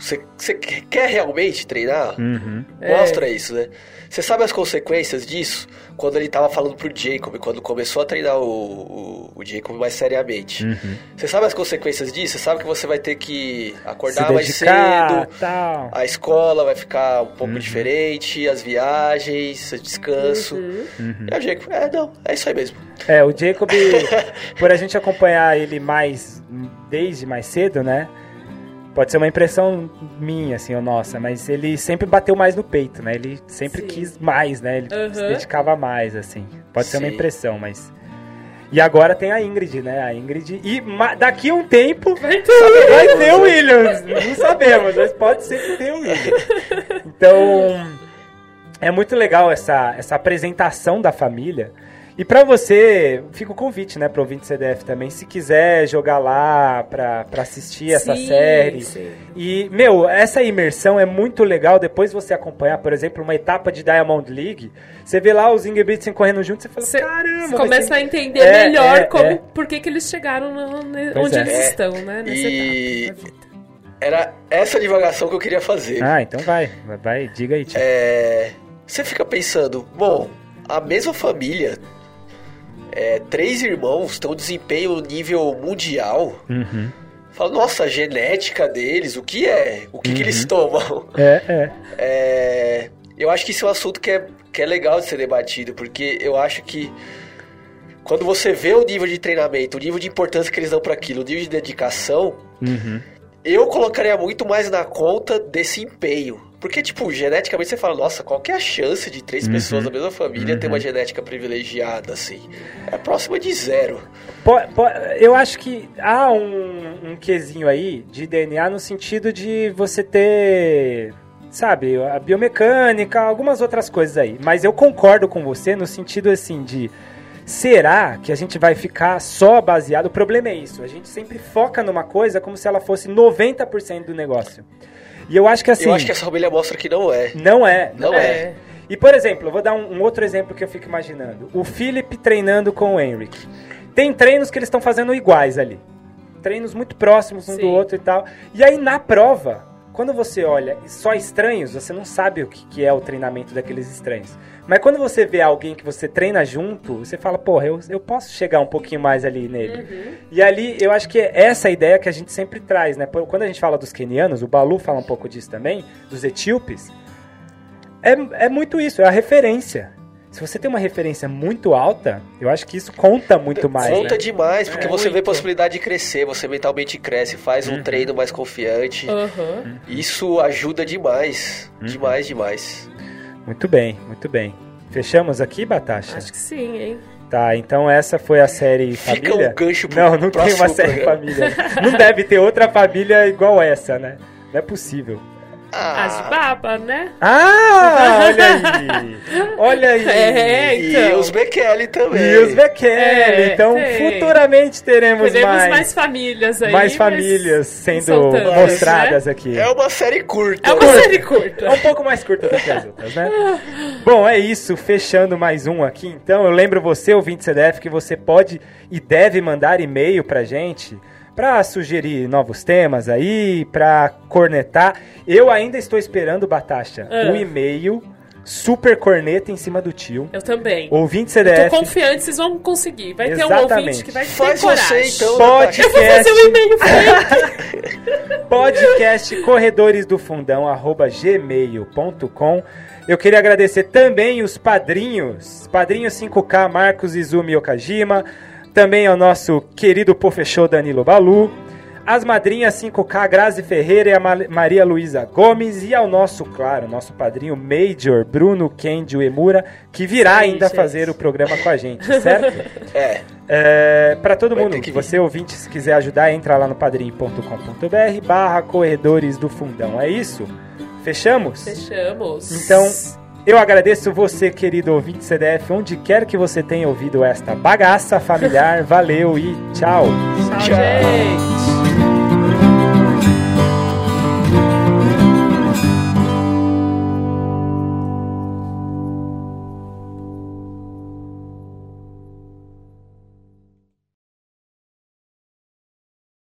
Você, você quer quer realmente treinar? uhum. É. Mostra isso, né? Você sabe as consequências disso? Quando ele tava falando pro Jacob, quando começou a treinar o, o, o Jacob mais seriamente. Você sabe as consequências disso? Você sabe que você vai ter que Se acordar mais dedicar, Uhum. cedo, tal. a escola vai ficar um pouco diferente, as viagens, o descanso. Uhum. É o Jacob. É, não, é isso aí mesmo. É, o Jacob, por a gente acompanhar ele mais desde mais cedo, né? Pode ser uma impressão minha, assim, ou nossa, mas ele sempre bateu mais no peito, né? Ele sempre Sim. quis mais, né? Ele se Aham. dedicava mais, assim. Pode ser uma Sim. impressão, mas. E agora tem a Ingrid, né? A Ingrid. E ma- daqui a um tempo Vai ter. vai ter o Williams. Não sabemos, mas pode ser que tenha o Williams. Então, é muito legal essa, essa apresentação da família. E pra você, fica o convite, né, pro ouvinte CDF também, se quiser jogar lá pra, pra assistir essa Sim, série. sim. E, meu, essa imersão é muito legal depois você acompanhar, por exemplo, uma etapa de Diamond League. Você vê lá os Ingebrigtsen correndo juntos, você fala, Você caramba! Você vai começa ser a entender É, melhor é, como, é. por que, que eles chegaram no- ne- Pois onde é. eles É. estão, né? Nessa E- etapa da vida. Era essa divagação que eu queria fazer. Ah, então vai, vai, vai, diga aí, tio. É, você fica pensando, bom, a mesma família, é, três irmãos, tem um desempenho nível mundial. É. Uhum. Fala, nossa, a genética deles, o que é? O que, que Uhum. eles tomam? É, é. É, eu acho que isso é um assunto que é, que é legal de ser debatido, porque eu acho que quando você vê o nível de treinamento, o nível de importância que eles dão para aquilo, o nível de dedicação, Uhum. eu colocaria muito mais na conta desse empenho. Porque, tipo, geneticamente você fala, nossa, qual que é a chance de três Uhum. pessoas da mesma família ter Uhum. uma genética privilegiada, assim? É próxima de zero. Po- po- eu acho que há um, um quesinho aí de DNA no sentido de você ter, sabe, a biomecânica, algumas outras coisas aí. Mas eu concordo com você no sentido assim de. Será que a gente vai ficar só baseado? O problema é isso. A gente sempre foca numa coisa como se ela fosse 90% do negócio. E eu acho que assim. Eu acho que essa família mostra que não é. Não é. Não é. E, por exemplo, eu vou dar um, um outro exemplo que eu fico imaginando. O Philip treinando com o Henrik. Tem treinos que eles estão fazendo iguais ali. Treinos muito próximos um Sim. do outro e tal. E aí, na prova, quando você olha só estranhos, você não sabe o que, que é o treinamento daqueles estranhos. Mas quando você vê alguém que você treina junto, você fala, porra, eu, eu posso chegar um pouquinho mais ali nele. E ali, eu acho que é essa a ideia que a gente sempre traz, né? Por- Quando a gente fala dos quenianos, o Balu fala um pouco disso também, dos etíopes. É, é muito isso, é a referência. Se você tem uma referência muito alta, eu acho que isso conta muito mais. É, Conta né? demais, porque É, você vê muito. possibilidade de crescer, você mentalmente cresce, faz Uhum. um treino mais confiante. Uhum. Aham. Isso ajuda demais. Uhum. Demais, demais. Muito bem, muito bem. Fechamos aqui, Batasha? Acho que sim, hein? Tá, então essa foi a série Fica Família. um gancho pro Não, não tem próximo uma série programa. Família. Não deve ter outra família igual essa, né? Não é possível. As de Ah, baba, né? Ah, olha aí! Olha aí! É, e então. os Bekele também. E os Bekele, É, então tem. futuramente teremos, Teremos mais, mais, famílias aí. mais mas famílias são sendo tantas, mostradas né? aqui. É uma série curta. É uma série curta. É um pouco mais curta do que as outras, né? Bom, é isso. Fechando mais um aqui, então. Eu lembro você, ouvinte CDF, que você pode e deve mandar e-mail pra gente pra sugerir novos temas aí, pra cornetar. Eu ainda estou esperando, Batasha, Ah. um e-mail super corneta em cima do tio. Eu também. Ouvinte Tô CDF, confiante, vocês vão conseguir. Vai ter um Exatamente. ouvinte que vai ter Faz coragem. você então. Pode. Natasha. Eu vou fazer um e-mail fake. podcast corredores do fundão arroba gmail.com eu queria agradecer também os padrinhos padrinho 5k Marcos Izumi Okajima também ao nosso querido professor Danilo Balu as madrinhas 5K Grazi Ferreira e a Ma- Maria Luísa Gomes e ao nosso, claro, nosso padrinho Major Bruno Kendio Emura, que virá Sim, ainda gente. fazer o programa com a gente, certo? É. É, para todo Vai mundo, ter que vir. você ouvinte, se quiser ajudar, entra lá no padrim.com.br barra corredores do fundão. É isso? Fechamos? Fechamos. Então, Eu agradeço você, querido ouvinte CDF, onde quer que você tenha ouvido esta bagaça familiar. Valeu e tchau! Tchau, gente.